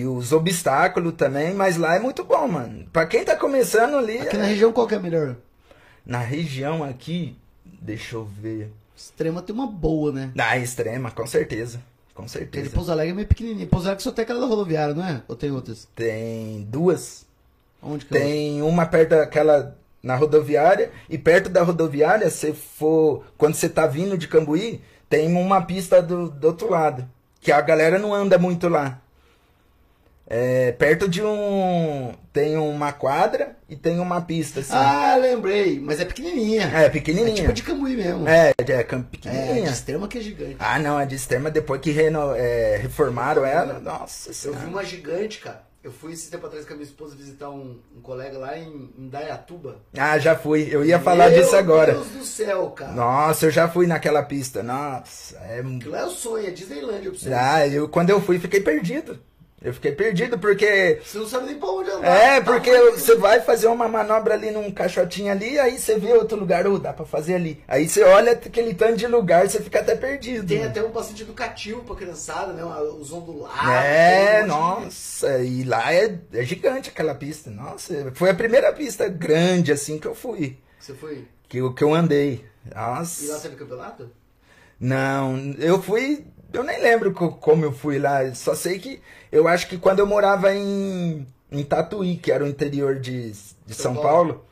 S1: e os obstáculos também, mas lá é muito bom, mano. Pra quem tá começando ali.
S2: Aqui
S1: é-
S2: na região qual que é a melhor?
S1: Na região aqui, deixa eu ver.
S2: Extrema tem uma boa, né?
S1: Na extrema, com certeza. Com certeza.
S2: Aquele Pouso Alegre é meio pequenininho. Pouso Alegre só tem aquela da rodoviária, não é? Ou tem outras?
S1: Tem duas.
S2: Onde que é?
S1: Tem uma perto daquela na rodoviária. E perto da rodoviária, se for. Quando você tá vindo de Cambuí, tem uma pista do, do outro lado. Que a galera não anda muito lá. É, perto de um. Tem uma quadra e tem uma pista, assim.
S2: Ah, lembrei. Mas é pequenininha.
S1: é,
S2: É
S1: pequenininha.
S2: tipo de Cambuí mesmo.
S1: É, é, cam-
S2: É, de
S1: pequenininha.
S2: Extrema que é gigante.
S1: Ah, não, a de extrema, depois que reno, é, reformaram ela, nossa
S2: um Eu vi
S1: senhora.
S2: uma gigante, cara. Eu fui esse tempo atrás com a minha esposa visitar um, um colega lá em, em Dayatuba.
S1: Ah, já fui, eu ia falar disso agora.
S2: Meu Deus do céu, cara.
S1: Nossa, eu já fui naquela pista, nossa. É...
S2: Aquilo lá é o sonho, é Disneylandia pra você.
S1: Ah, eu, quando eu fui, fiquei perdido. Eu fiquei perdido porque...
S2: Você não sabe nem pra onde andar.
S1: É,
S2: Tá
S1: porque
S2: muito-
S1: você vai fazer uma manobra ali num caixotinho ali, aí você vê outro lugar, ou dá pra fazer ali. Aí você olha aquele tanto de lugar, você fica até perdido.
S2: Tem até um bastante educativo pra criançada, né? Uma- Os ondulados.
S1: É,
S2: tem um monte de-
S1: nossa, e lá é, é gigante aquela pista. Nossa, foi a primeira pista grande assim que eu fui,
S2: Você foi.
S1: que eu, que eu andei.
S2: E lá
S1: Nossa,
S2: teve campeonato?
S1: não, eu fui, eu nem lembro co- como eu fui lá, só sei que eu acho que quando eu morava em em Tatuí, que era o interior de, de São
S2: São Paulo.
S1: Paulo.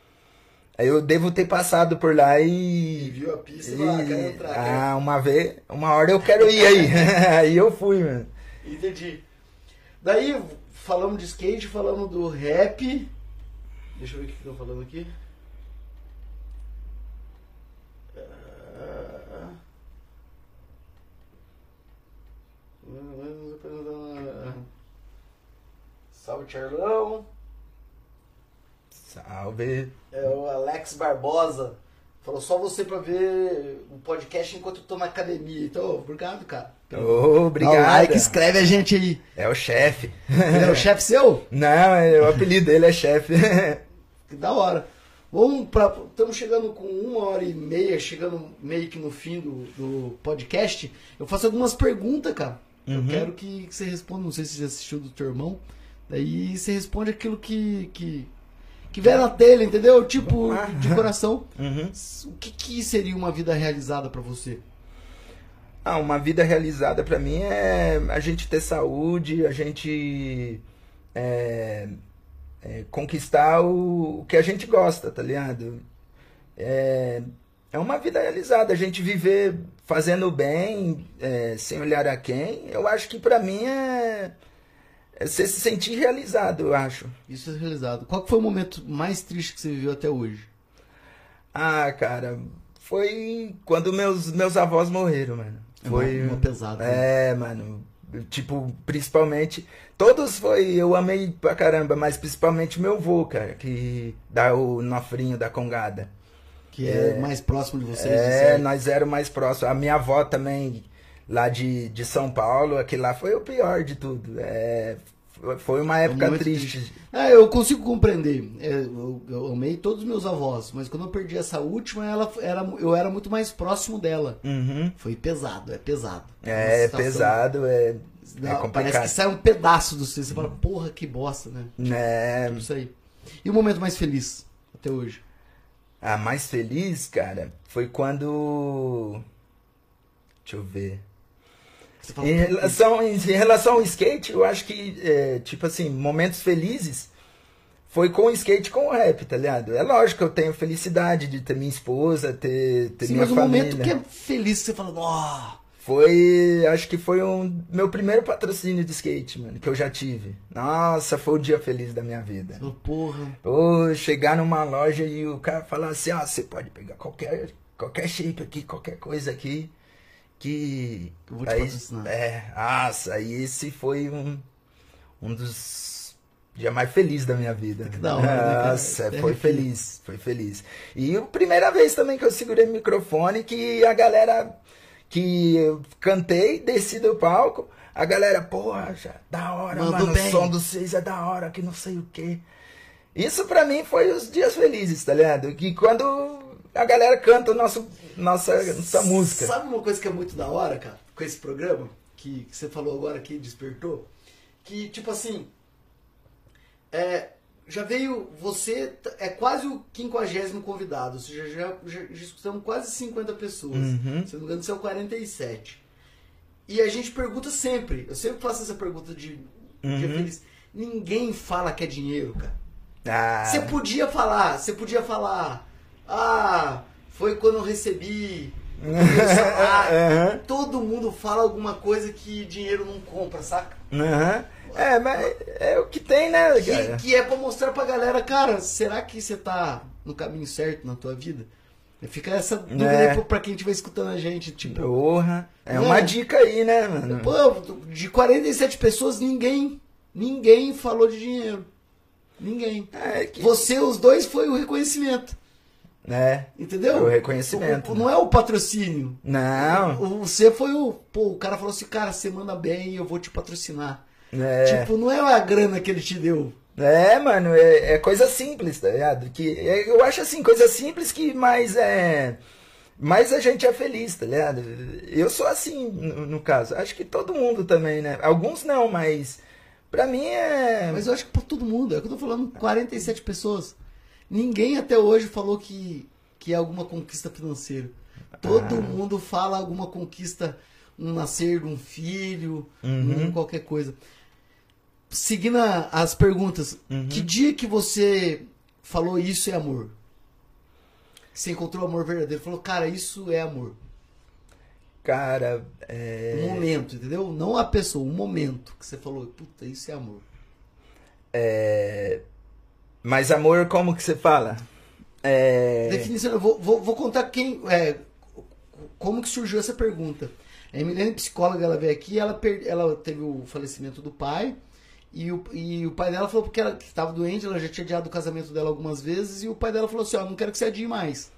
S1: Aí eu devo ter passado por lá
S2: E
S1: e.
S2: viu a pista e falou, ah, quero entrar, quero
S1: ah, uma vez, uma hora eu quero ir aí. aí eu fui, mano.
S2: Entendi. Daí falamos de skate, falamos do rap. Deixa eu ver o que estão falando aqui. Ah. Ah. Salve Charlão.
S1: Salve.
S2: É o Alex Barbosa. Falou só você pra ver o podcast enquanto eu tô na academia. Então, obrigado, cara.
S1: Ô,
S3: Dá o
S1: obrigado.
S3: like, escreve a gente aí.
S1: É o chefe.
S3: Ele é o chefe seu?
S1: Não, é- o apelido dele é chefe.
S2: Que da hora. Vamos pra. Estamos chegando com uma hora e meia, chegando meio que no fim do, do podcast. Eu faço algumas perguntas, cara. Eu quero que, que você responda. Não sei se você já assistiu do teu irmão. Daí você responde aquilo que. que, que vier na telha, entendeu? Tipo, de coração.
S1: Uhum.
S2: O que, que seria uma vida realizada pra você?
S1: Ah, uma vida realizada pra mim é a gente ter saúde, a gente é, é, conquistar o, o que a gente gosta, tá ligado? É, é uma vida realizada, a gente viver fazendo o bem, é, sem olhar a quem. Eu acho que pra mim é, é você se sentir realizado, eu acho.
S2: Isso é realizado. Qual que foi o momento mais triste que você viveu até hoje?
S1: Ah, cara, foi quando meus, meus avós morreram, mano. Foi
S2: É uma, uma pesada. né?
S1: É, mano. Tipo, principalmente. Todos foi. Eu amei pra caramba, mas principalmente meu vô, cara, que dá o nofrinho da congada.
S2: Que é, mais próximo de vocês. de
S1: É,
S2: certo.
S1: nós éramos mais próximos. A minha avó também, lá de, de São Paulo, aquele lá foi o pior de tudo. É, foi- foi uma época
S2: momento
S1: triste.
S2: É, eu consigo compreender. É, Eu, eu amei todos os meus avós, mas quando eu perdi essa última, ela f- era, eu era muito mais próximo dela.
S1: Uhum.
S2: Foi pesado, é pesado. Uma
S1: É,
S2: situação-
S1: pesado, é, é
S2: Dá- parece que
S1: complicado. Uhum.
S2: sai um pedaço do seu. Você fala, porra, que bosta, né?
S1: É,
S2: Isso aí. E o momento mais feliz até hoje?
S1: A mais feliz, cara, foi quando. Deixa eu ver.
S2: Você fala,
S1: Em
S2: "Puta,
S1: relação, em relação ao skate, eu acho que, é, tipo assim, momentos felizes foi com o skate com o rap, tá ligado? É lógico que eu tenho felicidade de ter minha esposa, ter, ter
S2: Sim,
S1: minha
S2: mas o
S1: família.
S2: momento que é feliz, você fala, ó.
S1: Foi, acho que foi um meu primeiro patrocínio de skate, mano, que eu já tive. Nossa, foi o dia feliz da minha vida.
S2: Você fala, porra.
S1: Ou chegar numa loja e o cara falar assim, ó, você pode pegar qualquer, qualquer shape aqui, qualquer coisa aqui, que...
S2: Eu vou te
S1: aí,
S2: patrocinar.
S1: É, nossa, aí esse foi um, um dos dias mais felizes da minha vida.
S2: Que da hora, né, cara?
S1: Nossa,
S2: Até
S1: foi
S2: arrepia.
S1: feliz, foi feliz. E a primeira vez também que eu segurei o microfone, que a galera, que eu cantei, desci do palco, a galera, porra, já, da hora,
S2: Mandou
S1: mano,
S2: bem.
S1: o som dos seis é da hora, que não sei o quê. Isso pra mim foi os dias felizes, tá ligado? Que quando a galera canta o nosso, nossa, nossa música.
S2: Sabe uma coisa que é muito da hora, cara, com esse programa? Que, que você falou agora que despertou? Que, tipo assim. É, já veio. Você t- é quase o quinquagésimo convidado. Ou seja, já, já, já escutamos quase 50 pessoas.
S1: Uhum.
S2: Se não me engano, você é o 47. E a gente pergunta sempre. Eu sempre faço essa pergunta de.
S1: Uhum.
S2: de feliz. Ninguém fala que é dinheiro, cara.
S1: Ah,
S2: Você podia falar, você podia falar. Ah, foi quando eu recebi. o meu ah. salário." Todo mundo fala alguma coisa que dinheiro não compra, saca?
S1: aham. É, mas é o que tem, né,
S2: Que,
S1: cara?
S2: que é pra mostrar pra galera, cara, será que você tá no caminho certo na tua vida? Fica essa dúvida
S1: É.
S2: aí pra- pra quem estiver escutando a gente, tipo,
S1: Porra. É
S2: Não
S1: uma
S2: é?
S1: dica aí, né, mano?
S2: pô, de 47 pessoas, ninguém, ninguém falou de dinheiro. Ninguém.
S1: É, que...
S2: Você, os dois, foi o reconhecimento.
S1: é.
S2: Entendeu?
S1: É o reconhecimento, né?
S2: O- o- não é o patrocínio.
S1: Não.
S2: O- Você foi o. Pô, o cara falou assim, cara, você manda bem, eu vou te patrocinar.
S1: É.
S2: Tipo, não é a grana que ele te deu.
S1: É, mano, é, é coisa simples, tá ligado? Que, é- eu acho assim, coisa simples que mais é. Mais a gente é feliz, tá ligado? Eu sou assim, no, no caso. Acho que todo mundo também, né? Alguns não, mas. Pra mim é.
S2: Mas eu acho que pra todo mundo, é o que eu tô falando, 47 pessoas. Ninguém até hoje falou que, que é alguma conquista financeira.
S1: Ah.
S2: Todo mundo fala alguma
S1: Uhum.
S2: Uhum. conquista, um nascer de um filho, um qualquer coisa. seguindo a- as perguntas,
S1: Uhum.
S2: que dia que você falou isso é amor? Que Você encontrou o amor verdadeiro, falou, cara, isso é amor.
S1: Cara,
S2: O
S1: é,
S2: Um momento, entendeu? Não a pessoa, o momento que você falou, puta, isso é amor.
S1: Mas amor, como que você fala? É.
S2: Definição, eu vou, vou- vou contar quem. é, como que surgiu essa pergunta? A Emilene, psicóloga, ela veio aqui, ela, per- ela teve o falecimento do pai. E o, e o pai dela falou porque ela estava doente, ela já tinha adiado o casamento dela algumas vezes, e o pai dela falou assim, ó, não quero que você adie mais.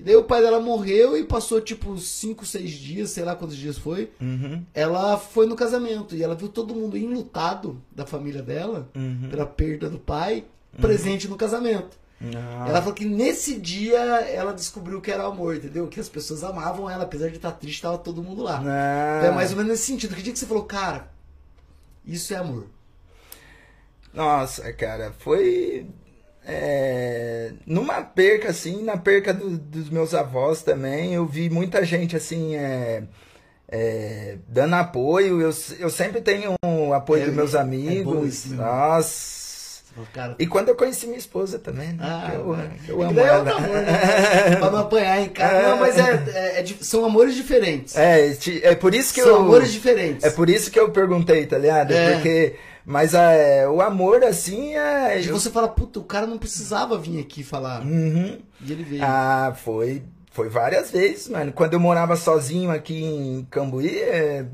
S2: E daí o pai dela morreu e passou tipo 5, 6 dias, sei lá quantos dias foi,
S1: Uhum,
S2: ela foi no casamento e ela viu todo mundo enlutado da família dela
S1: uhum.
S2: pela perda do pai, presente no casamento.
S1: Ah,
S2: Ela falou que nesse dia ela descobriu que era amor, entendeu? Que as pessoas amavam ela, apesar de estar triste, tava todo mundo lá.
S1: ah.
S2: Então é mais ou menos nesse sentido. Que dia que você falou, cara, isso é amor.
S1: Nossa, cara, foi. é, numa perca, assim, na perca do- dos meus avós também, eu vi muita gente, assim, é, é, dando apoio. Eu, s- eu sempre tenho um apoio
S2: É,
S1: dos meus
S2: é bom
S1: amigos.
S2: isso, né?
S1: Nossa.
S2: Você falou, cara,
S1: E quando eu conheci minha esposa também, né?
S2: Ah,
S1: que eu,
S2: né?
S1: que eu amo
S2: daí é
S1: ela.
S2: outro amor,
S1: É.
S2: né? pra não apanhar em casa. Não, mas é, é- é di- são amores diferentes.
S1: É, ti- é por isso que
S2: são
S1: eu.
S2: amores diferentes.
S1: É por isso que eu perguntei, tá ligado?
S2: É.
S1: Porque. Mas é, o amor, assim, é.
S2: E
S1: eu-
S2: você fala, puta, o cara não precisava vir aqui falar.
S1: Uhum.
S2: E ele veio.
S1: Ah, foi. Foi várias vezes, mano. Quando eu morava sozinho aqui em Cambuí, é,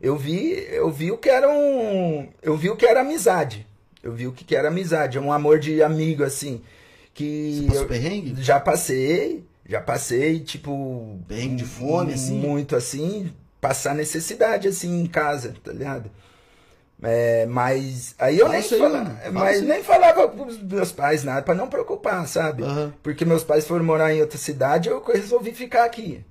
S1: eu vi, eu vi o que era um, eu vi o que era amizade. Eu vi o que que era amizade, um amor de amigo assim,
S2: Você
S1: que
S2: passou
S1: eu-
S2: perrengue?
S1: já passei, já passei, tipo.
S2: Bem de fome, assim?
S1: Muito assim, passar necessidade, assim, em casa, tá ligado? É, mas aí eu
S2: Fala
S1: nem,
S2: isso aí,
S1: fala-
S2: mano. Fala
S1: mas
S2: isso aí.
S1: nem falava pros meus pais nada, pra não preocupar, sabe?
S2: Aham.
S1: Porque meus pais foram morar em outra cidade, eu resolvi ficar aqui.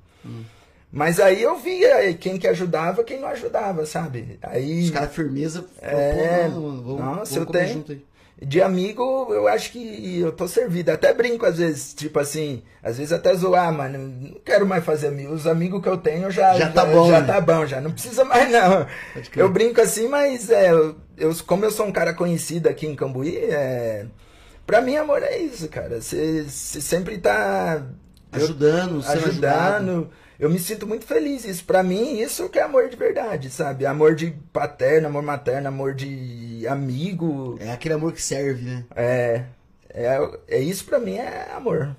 S1: Mas aí eu via quem que ajudava, quem não ajudava, sabe? Aí
S2: Os caras firmeza.
S1: É.
S2: pô, não, mano, vamos,
S1: Nossa,
S2: vamos
S1: eu
S2: comer
S1: tenho.
S2: junto aí.
S1: de amigo, eu acho que eu tô servido. Até brinco às vezes, tipo assim, às vezes até zoar, mano. Não quero mais fazer amigos. Os amigos que eu tenho já
S2: Já tá bom,
S1: já
S2: né? É.
S1: tá bom, já não precisa mais não.
S2: Pode crer.
S1: Eu brinco assim, mas é, eu, eu- como eu sou um cara conhecido aqui em Cambuí, é, pra mim amor é isso, cara. Você sempre tá eu-
S2: Ajudando, sendo ajudado.
S1: ajudando. Eu me sinto muito feliz. Isso para mim, isso que é amor de verdade, sabe? Amor de paterno, amor materno, amor de amigo.
S2: É aquele amor que serve, né?
S1: É, é, é isso pra mim é amor.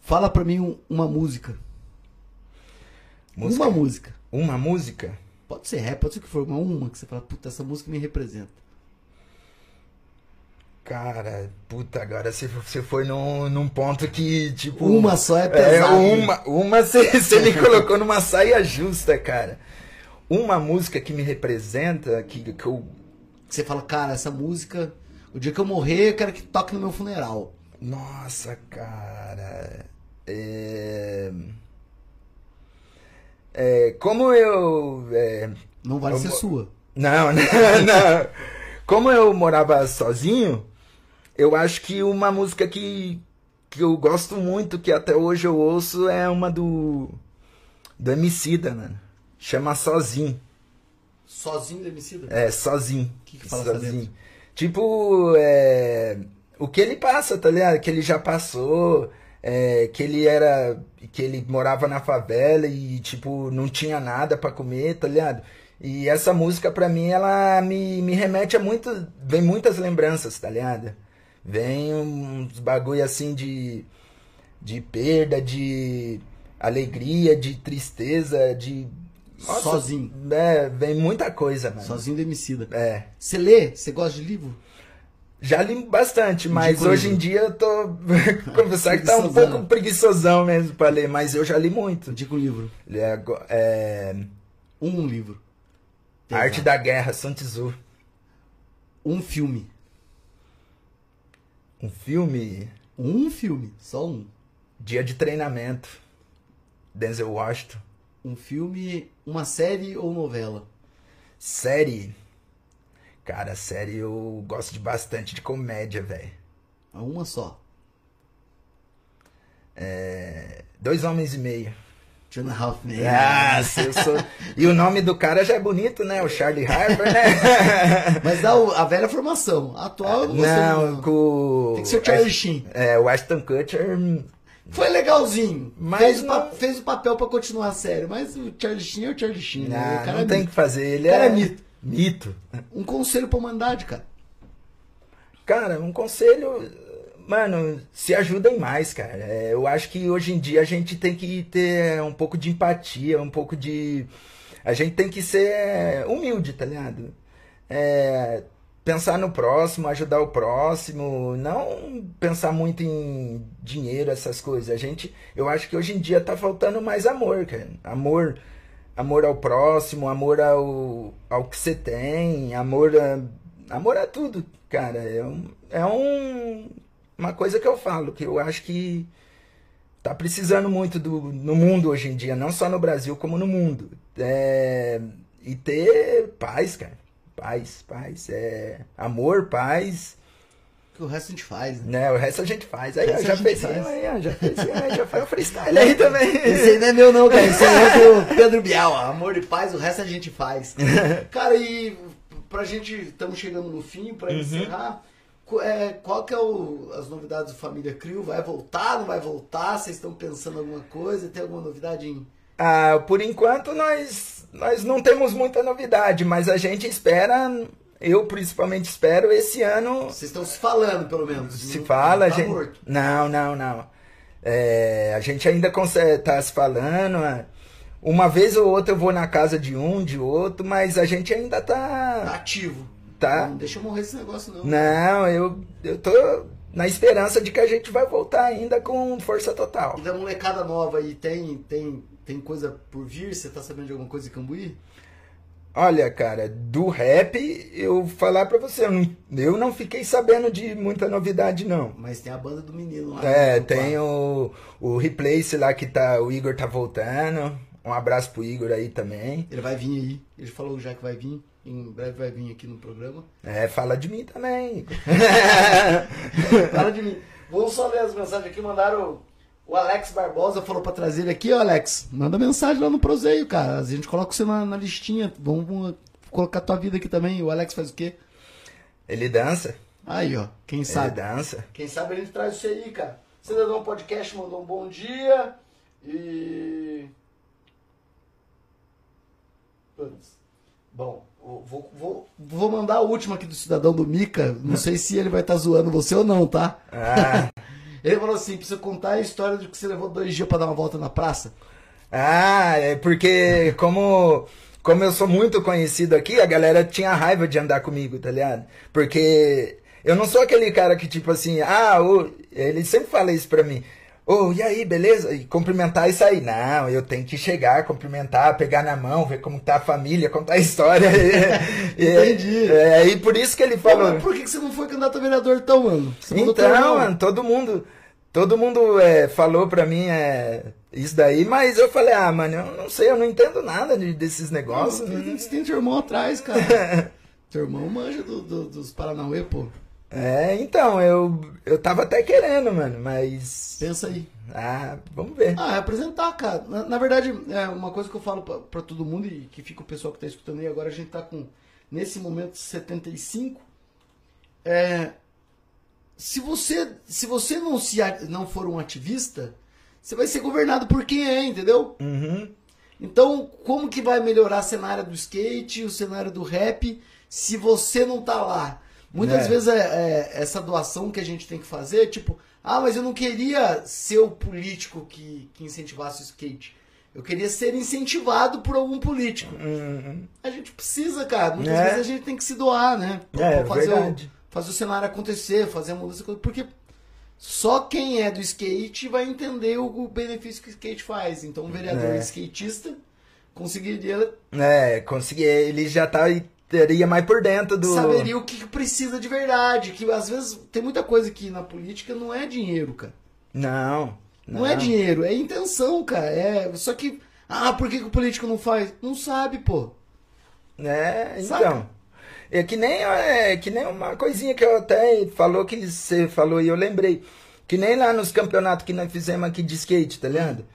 S2: Fala pra mim um- uma música.
S1: Música.
S2: Uma música.
S1: Uma música?
S2: Pode ser rap, pode ser o que for, mas uma que você fala, puta, essa música me representa.
S1: Cara, puta, agora você, você foi num, num ponto que, tipo.
S2: Uma só é
S1: É,
S2: pesado.
S1: uma, uma você, você me colocou numa saia justa, cara. Uma música que me representa, que, que eu.
S2: Que você fala, cara, essa música, o dia que eu morrer, eu quero que toque no meu funeral.
S1: Nossa, cara. É. é, como eu. é,
S2: Não vale
S1: Eu
S2: ser
S1: vou-
S2: sua.
S1: Não, não, não. Como eu morava sozinho, eu acho que uma música que, que eu gosto muito, que até hoje eu ouço, é uma do. Do Emicida, mano. Chama Sozinho.
S2: Sozinho do homicida?
S1: É, Sozinho.
S2: O que que fala essa
S1: Sozinho.
S2: letra?
S1: Tipo, é, o que ele passa, tá ligado? Que ele já passou, é, que ele era. Que ele morava na favela e, tipo, não tinha nada pra comer, tá ligado? E essa música, pra mim, ela me, me remete a muito. Vem muitas lembranças, tá ligado? Vem uns bagulho assim de. De perda, de alegria, de tristeza, de.
S2: Sozinho.
S1: É, vem muita coisa, mano.
S2: Sozinho do homicida.
S1: É.
S2: Você lê? Você gosta de livro?
S1: Já li bastante, mas
S2: Indico
S1: hoje
S2: livro.
S1: em dia eu tô. confessar que tá um
S2: Preguiçosão.
S1: pouco preguiçosão mesmo pra ler, mas eu já li muito.
S2: Indica um livro.
S1: É, ago- é,
S2: Um livro.
S1: Arte da Guerra, Sun Tzu.
S2: Um filme.
S1: Um filme.
S2: Um filme. Só um.
S1: Dia de treinamento. Denzel Washington.
S2: Um filme, uma série ou novela.
S1: Série. Cara, série eu gosto de bastante de comédia, velho.
S2: É uma só.
S1: Dois É, homens e meio.
S2: John Halfman.
S1: Yes, eu sou... E o nome do cara já é bonito, né? O Charlie Harper, né?
S2: Mas dá o- a velha formação. A atual eu É, não gostei
S1: Não,
S2: muito.
S1: com.
S2: Tem que ser o Charlie Sheen.
S1: É, o Ashton Kutcher. hum,
S2: Foi legalzinho.
S1: Mas
S2: fez, o
S1: não-
S2: pa- fez o papel pra continuar sério. Mas o Charlie Sheen é o Charlie Sheen. né?
S1: Não,
S2: O cara
S1: não
S2: é
S1: tem
S2: mito.
S1: que fazer. Ele
S2: O cara
S1: é...
S2: é mito.
S1: Mito.
S2: Um conselho pra humanidade, cara.
S1: Cara, um conselho. Mano, se ajudem mais, cara. É, eu acho que hoje em dia a gente tem que ter um pouco de empatia, um pouco de. A gente tem que ser humilde, tá ligado? É, pensar no próximo, ajudar o próximo, não pensar muito em dinheiro, essas coisas. A gente, eu acho que hoje em dia tá faltando mais amor, cara. Amor, amor ao próximo, amor ao, ao que você tem, amor a, amor a tudo, cara. É, um, é um, uma coisa que eu falo, que eu acho que tá precisando muito do, no mundo hoje em dia, não só no Brasil, como no mundo. É, e ter paz, cara. Paz, paz. É, amor, paz.
S2: Que o resto a gente faz, né?
S1: Né? O resto a gente faz. Aí
S2: O
S1: ó,
S2: resto a
S1: já
S2: gente
S1: fez
S2: faz.
S1: eu aí, ó, já fez eu aí, já faz o freestyle aí também.
S2: Esse aí não é meu não, cara. Esse aí é do Pedro Bial. ó. Amor e paz, o resto a gente faz. Cara, e pra gente... Estamos chegando no fim, pra encerrar. co- é, qual que é o, as novidades do Família Crio? Vai voltar, não vai voltar? Vocês estão pensando em alguma coisa? Tem alguma novidade em...
S1: Ah, por enquanto nós, nós não temos muita novidade, mas a gente espera, eu principalmente espero, esse ano
S2: Vocês estão se falando, pelo menos.
S1: se
S2: Não-
S1: fala, a
S2: tá
S1: gente.
S2: morto.
S1: Não, não, não. É, a gente ainda consegue tá se falando. é. Uma vez ou outra eu vou na casa de um, de outro, mas a gente ainda
S2: Tá
S1: tá.
S2: ativo.
S1: Tá.
S2: Não deixa eu morrer esse negócio, não.
S1: Não, eu, eu tô na esperança de que a gente vai voltar ainda com força total.
S2: E da é molecada nova aí, tem, tem, tem coisa por vir? Você tá sabendo de alguma coisa em Cambuí?
S1: Olha, cara, do rap, eu falar pra você, eu não, eu não fiquei sabendo de muita novidade, não.
S2: Mas tem a banda do menino lá.
S1: É,
S2: né? Do
S1: tem o, o replace lá que tá, o Igor tá voltando. Um abraço pro Igor aí também.
S2: Ele vai vir aí. Ele falou já que vai vir. Em breve vai vir aqui no programa.
S1: É, fala de mim também. Igor.
S2: Para de mim. Vamos só ler as mensagens aqui. Mandaram. O Alex Barbosa falou pra trazer ele aqui, ó, Alex. Manda mensagem lá no Proseio, cara. A gente coloca você na, na listinha. Vamos, vamos colocar tua vida aqui também. O Alex faz o quê?
S1: Ele dança,
S2: Aí, ó. Quem
S1: ele
S2: sabe?
S1: dança.
S2: Quem sabe a gente traz isso aí, cara. Cidadão Podcast mandou um bom dia. E. Putz. Bom, eu vou, vou, vou mandar a última aqui do Cidadão do Mica. Não sei se ele vai estar zoando você ou não, tá?
S1: Ah,
S2: Ele falou assim: precisa contar a história de que você levou dois dias pra dar uma volta na praça.
S1: ah, é porque como, como eu sou muito conhecido aqui, a galera tinha raiva de andar comigo, tá ligado? Porque eu não sou aquele cara que tipo assim, ah, ô, ele sempre fala isso pra mim. Ô, e aí, beleza? E cumprimentar e sair. Não, eu tenho que chegar, cumprimentar, pegar na mão, ver como tá a família, contar a história.
S2: Entendi.
S1: É, e por isso que ele
S2: Pô,
S1: falou.
S2: mas por que que você não foi candidato a vereador então, mano? Você mudou teu
S1: Então,
S2: nome.
S1: mano, todo mundo, todo mundo é, falou pra mim é, isso daí, mas eu falei, ah, mano, eu não sei, eu não entendo nada de- desses negócios. né?
S2: Você tem teu irmão atrás, cara. teu irmão manja do- do- dos Paranauê, pô.
S1: É, então, eu, eu tava até querendo, mano, mas.
S2: Pensa aí.
S1: Ah, vamos ver.
S2: Ah, representar, cara. Na, na verdade, é uma coisa que eu falo pra- pra todo mundo e que fica o pessoal que tá escutando aí agora, a gente tá com, nesse momento, 75. É, se você, se você não, se, a- não for um ativista, você vai ser governado por quem é, entendeu?
S1: Uhum.
S2: Então, como que vai melhorar o cenário do skate, o cenário do rap, se você não tá lá? Muitas
S1: É.
S2: vezes é, é, essa doação que a gente tem que fazer, tipo, ah, mas eu não queria ser o político que, que incentivasse o skate. Eu queria ser incentivado por algum político.
S1: Uhum.
S2: A gente precisa, cara. Muitas
S1: É.
S2: vezes a gente tem que se doar, né? Pra-
S1: É,
S2: pra fazer, o,
S1: verdade.
S2: fazer o cenário acontecer, fazer a mudança. Porque só quem é do skate vai entender o, o benefício que o skate faz. Então, um vereador
S1: É.
S2: skatista conseguiria,
S1: É, consegui. Ele já tá e teria mais por dentro do.
S2: saberia o que que precisa de verdade. Que às vezes tem muita coisa que na política não é dinheiro, cara.
S1: Não,
S2: Não, é dinheiro, é intenção, cara. É... Só que, ah, por que, que o político não faz? Não sabe, pô.
S1: né? Então.
S2: Saca?
S1: É que nem é que nem uma coisinha que eu até falou que você falou e eu lembrei. Que nem lá nos campeonatos que nós fizemos aqui de skate, tá ligado?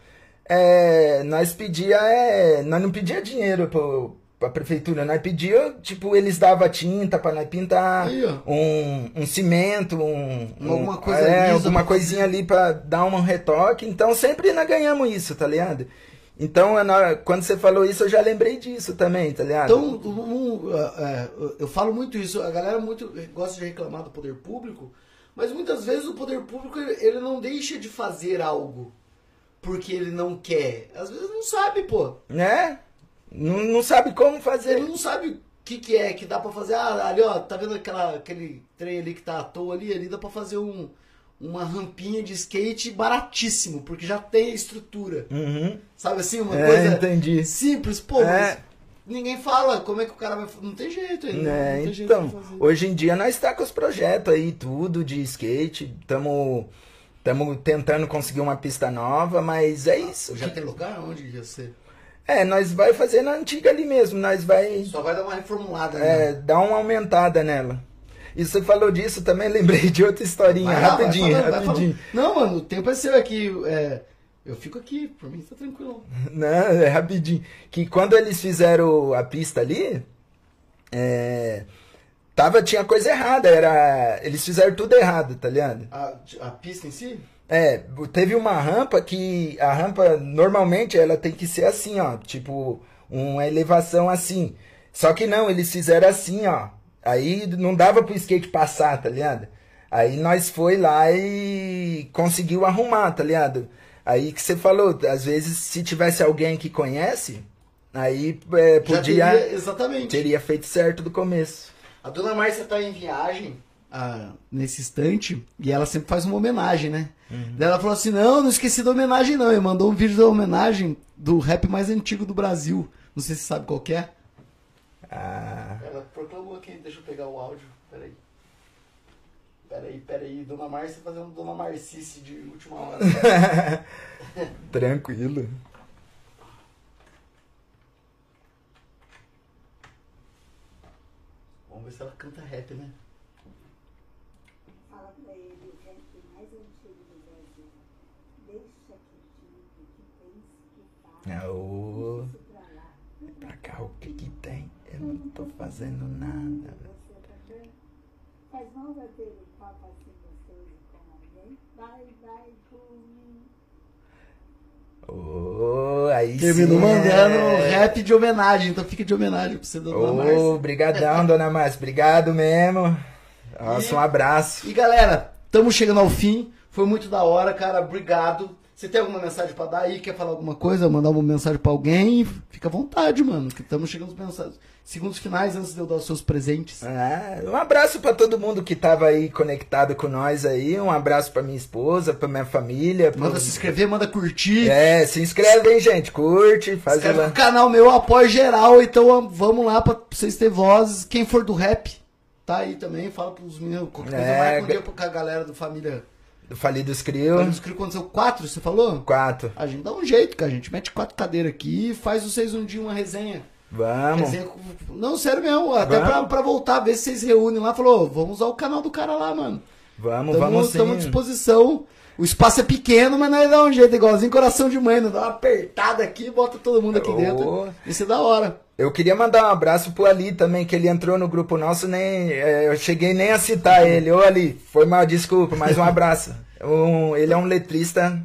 S1: é, nós pedia, é, nós não pedia dinheiro pro, pra prefeitura, nós pedia, tipo, eles davam tinta pra nós pintar,
S2: Aí, ó.
S1: um, um cimento, um, um-
S2: Alguma coisa
S1: é,
S2: lisa
S1: alguma
S2: pra
S1: coisinha ali pra dar um retoque, então sempre nós ganhamos isso, tá ligado? Então, é na- quando você falou isso, eu já lembrei disso também, tá ligado?
S2: Então, um- um, é, é, eu falo muito isso, a galera muito gosta de reclamar do poder público, mas muitas vezes o poder público ele não deixa de fazer algo porque ele não quer. Às vezes não sabe, pô.
S1: né? Não, não sabe como
S2: Ele
S1: fazer.
S2: não sabe o que, que é que dá pra fazer. Ah, ali ó, tá vendo aquela, aquele trem ali que tá à toa ali? Ali dá pra fazer um, uma rampinha de skate baratíssimo, porque já tem a estrutura.
S1: Uhum.
S2: Sabe assim, uma
S1: É,
S2: coisa
S1: entendi.
S2: simples, pô,
S1: É.
S2: mas ninguém fala como é que o cara vai. fa- Não tem jeito ainda.
S1: Né,
S2: não tem jeito
S1: então,
S2: de fazer.
S1: hoje em dia nós tá com os projetos aí, tudo de skate, estamos tamo tentando conseguir uma pista nova, mas é isso.
S2: Já tem lugar onde ia ser.
S1: É, nós vai fazer na antiga ali mesmo, nós vai
S2: Só vai dar uma reformulada, né?
S1: é, dar uma aumentada nela. E você falou disso também, lembrei de outra historinha,
S2: Vai lá, vai
S1: é rapidinho,
S2: falando, vai
S1: rapidinho.
S2: falando. Não, mano, o tempo é seu aqui. é, eu fico aqui, por mim tá tranquilo.
S1: Não, é rapidinho. Que quando eles fizeram a pista ali, é, tava, tinha coisa errada. Era, eles fizeram tudo errado, tá ligado?
S2: A, a pista em si?
S1: É, teve uma rampa que a rampa normalmente ela tem que ser assim, ó, tipo uma elevação assim. Só que não, eles fizeram assim, ó. Aí não dava pro skate passar, tá ligado? Aí nós foi lá e conseguiu arrumar, tá ligado? Aí que você falou, às vezes se tivesse alguém que conhece, aí é,
S2: Já
S1: podia
S2: teria- exatamente.
S1: teria feito certo do começo.
S2: A dona Márcia tá em viagem ah, nesse instante e ela sempre faz uma homenagem, né?
S1: Uhum.
S2: Daí ela falou assim: não, não esqueci da homenagem, não. E mandou um vídeo da homenagem do rap mais antigo do Brasil. Não sei se sabe qual que é.
S1: Ah,
S2: Ela proclamou aqui, deixa eu pegar o áudio. Peraí. Peraí, peraí. Dona Márcia fazendo Dona Marcice de última hora.
S1: tranquilo.
S2: Vamos ver se ela canta rap, né?
S4: Fala pra ele o rap mais antigo do Brasil. Deixa que diga, que pense, que fale.
S1: É o
S4: Isso pra lá.
S1: Pra cá, o que que tem? Eu não tô fazendo nada.
S4: Você também? Mas não vai ter um papo assim gostoso com alguém? Vai, vai por mim.
S1: Ô, aí
S3: Terminou
S1: sim,
S3: mandando
S1: é.
S2: Rap de homenagem, então fica de homenagem pra você, Dona Márcia.
S1: Ô, brigadão, dona Márcia. Obrigado mesmo. Nossa, um abraço.
S2: E galera, estamos chegando ao fim. Foi muito da hora, cara. Obrigado. Você tem alguma mensagem pra dar aí? Quer falar alguma coisa? Mandar uma mensagem pra alguém? Fica à vontade, mano. Que estamos chegando aos mensagens. Segundos finais antes de eu dar os seus presentes.
S1: Ah, um abraço pra todo mundo que tava aí conectado com nós aí. Um abraço pra minha esposa, pra minha família. pro-
S2: Manda se inscrever, manda curtir.
S1: É, se inscreve, hein, gente. Curte,
S2: Se
S1: faz
S2: inscreve
S1: lá.
S2: no canal meu, apoio geral. Então ah, vamos lá pra vocês terem vozes. Quem for do rap, tá aí também. Fala pros meninos. Qualquer coisa,
S1: É,
S2: marca um
S1: ga-
S2: dia pra- com a galera do Família.
S1: Do Falidos
S2: Eu...
S1: Crio.
S2: Aconteceu quatro, você falou?
S1: Quatro.
S2: A gente dá um jeito, cara. A gente mete quatro cadeiras aqui e faz vocês um dia uma resenha.
S1: Vamos.
S2: Resenha com- Não, sério mesmo. Até
S1: Tá Vamos.
S2: pra, pra voltar, ver se vocês reúnem lá. Falou, "Ô, vamos usar o canal do cara lá, mano.
S1: Vamos,
S2: Tamo,
S1: vamos sim.
S2: estamos à disposição. O espaço é pequeno, mas nós dá um jeito, igualzinho coração de mãe. Não dá uma apertada aqui e bota todo mundo aqui
S1: Ô.
S2: dentro. Isso é da hora.
S1: Eu queria mandar um abraço pro Ali também, que ele entrou no grupo nosso, nem eh, eu cheguei nem a citar ele. Ô Ali, foi mal, desculpa, mas um abraço. Um- ele é um letrista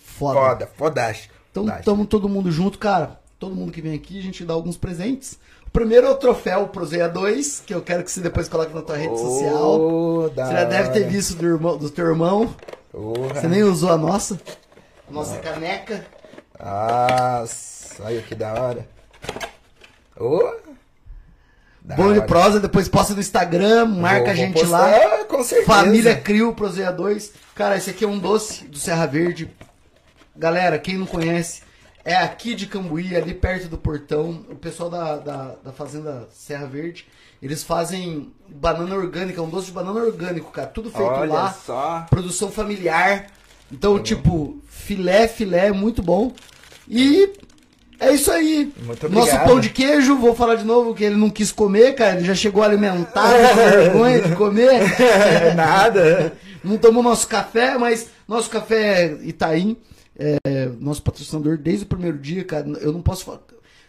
S2: Foda.
S1: foda, fodástico.
S2: Então
S1: fodástico.
S2: estamos todo mundo junto, cara. Todo mundo que vem aqui, a gente dá alguns presentes. O primeiro é o troféu Prozeia 2, que eu quero que você depois coloque na tua
S1: então,
S2: rede social.
S1: Ô, da
S2: Você já deve ter
S1: hora.
S2: visto do, irmão, do teu irmão.
S1: Porra.
S2: Você nem usou a nossa. Nossa caneca.
S1: Nossa, olha que da hora. Ô. Da
S2: Bom de
S1: hora.
S2: prosa, depois posta no Instagram, marca
S1: Vou-
S2: a
S1: vou
S2: gente lá.
S1: postar, Ah, Com certeza.
S2: Família Crio Prozeia 2. Cara, esse aqui é um doce do Serra Verde. Galera, quem não conhece, é aqui de Cambuí, ali perto do portão. O pessoal da, da, da Fazenda Serra Verde, eles fazem banana orgânica, é um doce de banana orgânico, cara. Tudo feito
S1: Olha
S2: lá.
S1: só. Uhum.
S2: produção familiar. Então, tipo, filé, filé, é muito bom. E é isso aí.
S1: Muito
S2: Nosso
S1: obrigado.
S2: pão de queijo, vou falar de novo que ele não quis comer, cara. Ele já chegou alimentado, com vergonha de comer.
S1: Nada.
S2: Não tomou nosso café, mas nosso café é Itaim. é, nosso patrocinador desde o primeiro dia, cara. Eu não posso falar.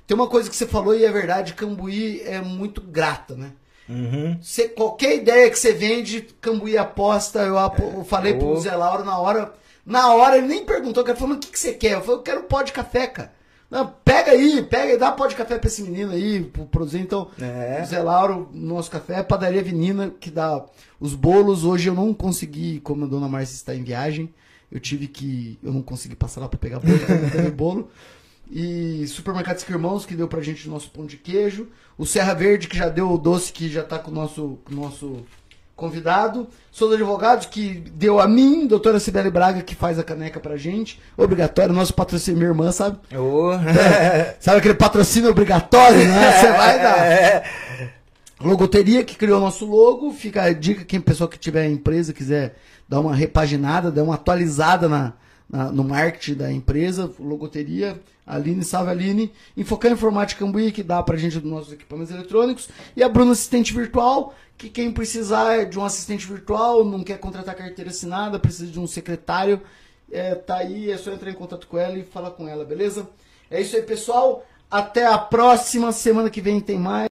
S2: Tem uma coisa que você falou e é verdade, Cambuí é muito grata, né?
S1: Uhum.
S2: Você, qualquer ideia que você vende, Cambuí aposta. Eu, apo- eu falei
S1: É, ô.
S2: pro Zé Lauro na hora. Na hora ele nem perguntou, ele falou, o que, que você quer? Eu falei, eu quero pó de café, cara. Não, pega aí, pega e dá pó de café pra esse menino aí, pro produzir. Então,
S1: É.
S2: Zé Lauro, nosso café, é padaria Venina, que dá os bolos. Hoje eu não consegui, como a dona Márcia está em viagem, eu tive que. Eu não consegui passar lá pra pegar bolo, porque eu não teve bolo. E Supermercado Cinco Irmãos, que deu pra gente o nosso pão de queijo. O Serra Verde, que já deu o doce, que já tá com o nosso, com o nosso convidado. Sou do advogado, que deu a mim, doutora Cibele Braga, que faz a caneca pra gente. Obrigatório, nosso patrocínio, minha irmã, sabe?
S1: Ô.
S2: Sabe aquele patrocínio obrigatório, né? Você vai dar.
S1: É.
S2: Logoteria que criou nosso logo. Fica a dica quem pessoal que tiver empresa quiser dar uma repaginada, dar uma atualizada na, na- no marketing da empresa. Logoteria, Aline, salve Aline. Infocar Informática Cambuí, que dá pra gente dos nossos equipamentos eletrônicos. E a Bruna Assistente Virtual, que quem precisar de um assistente virtual, não quer contratar carteira assinada, precisa de um secretário, é, tá aí, é só entrar em contato com ela e falar com ela, beleza? É isso aí, pessoal. Até a próxima semana que vem tem mais.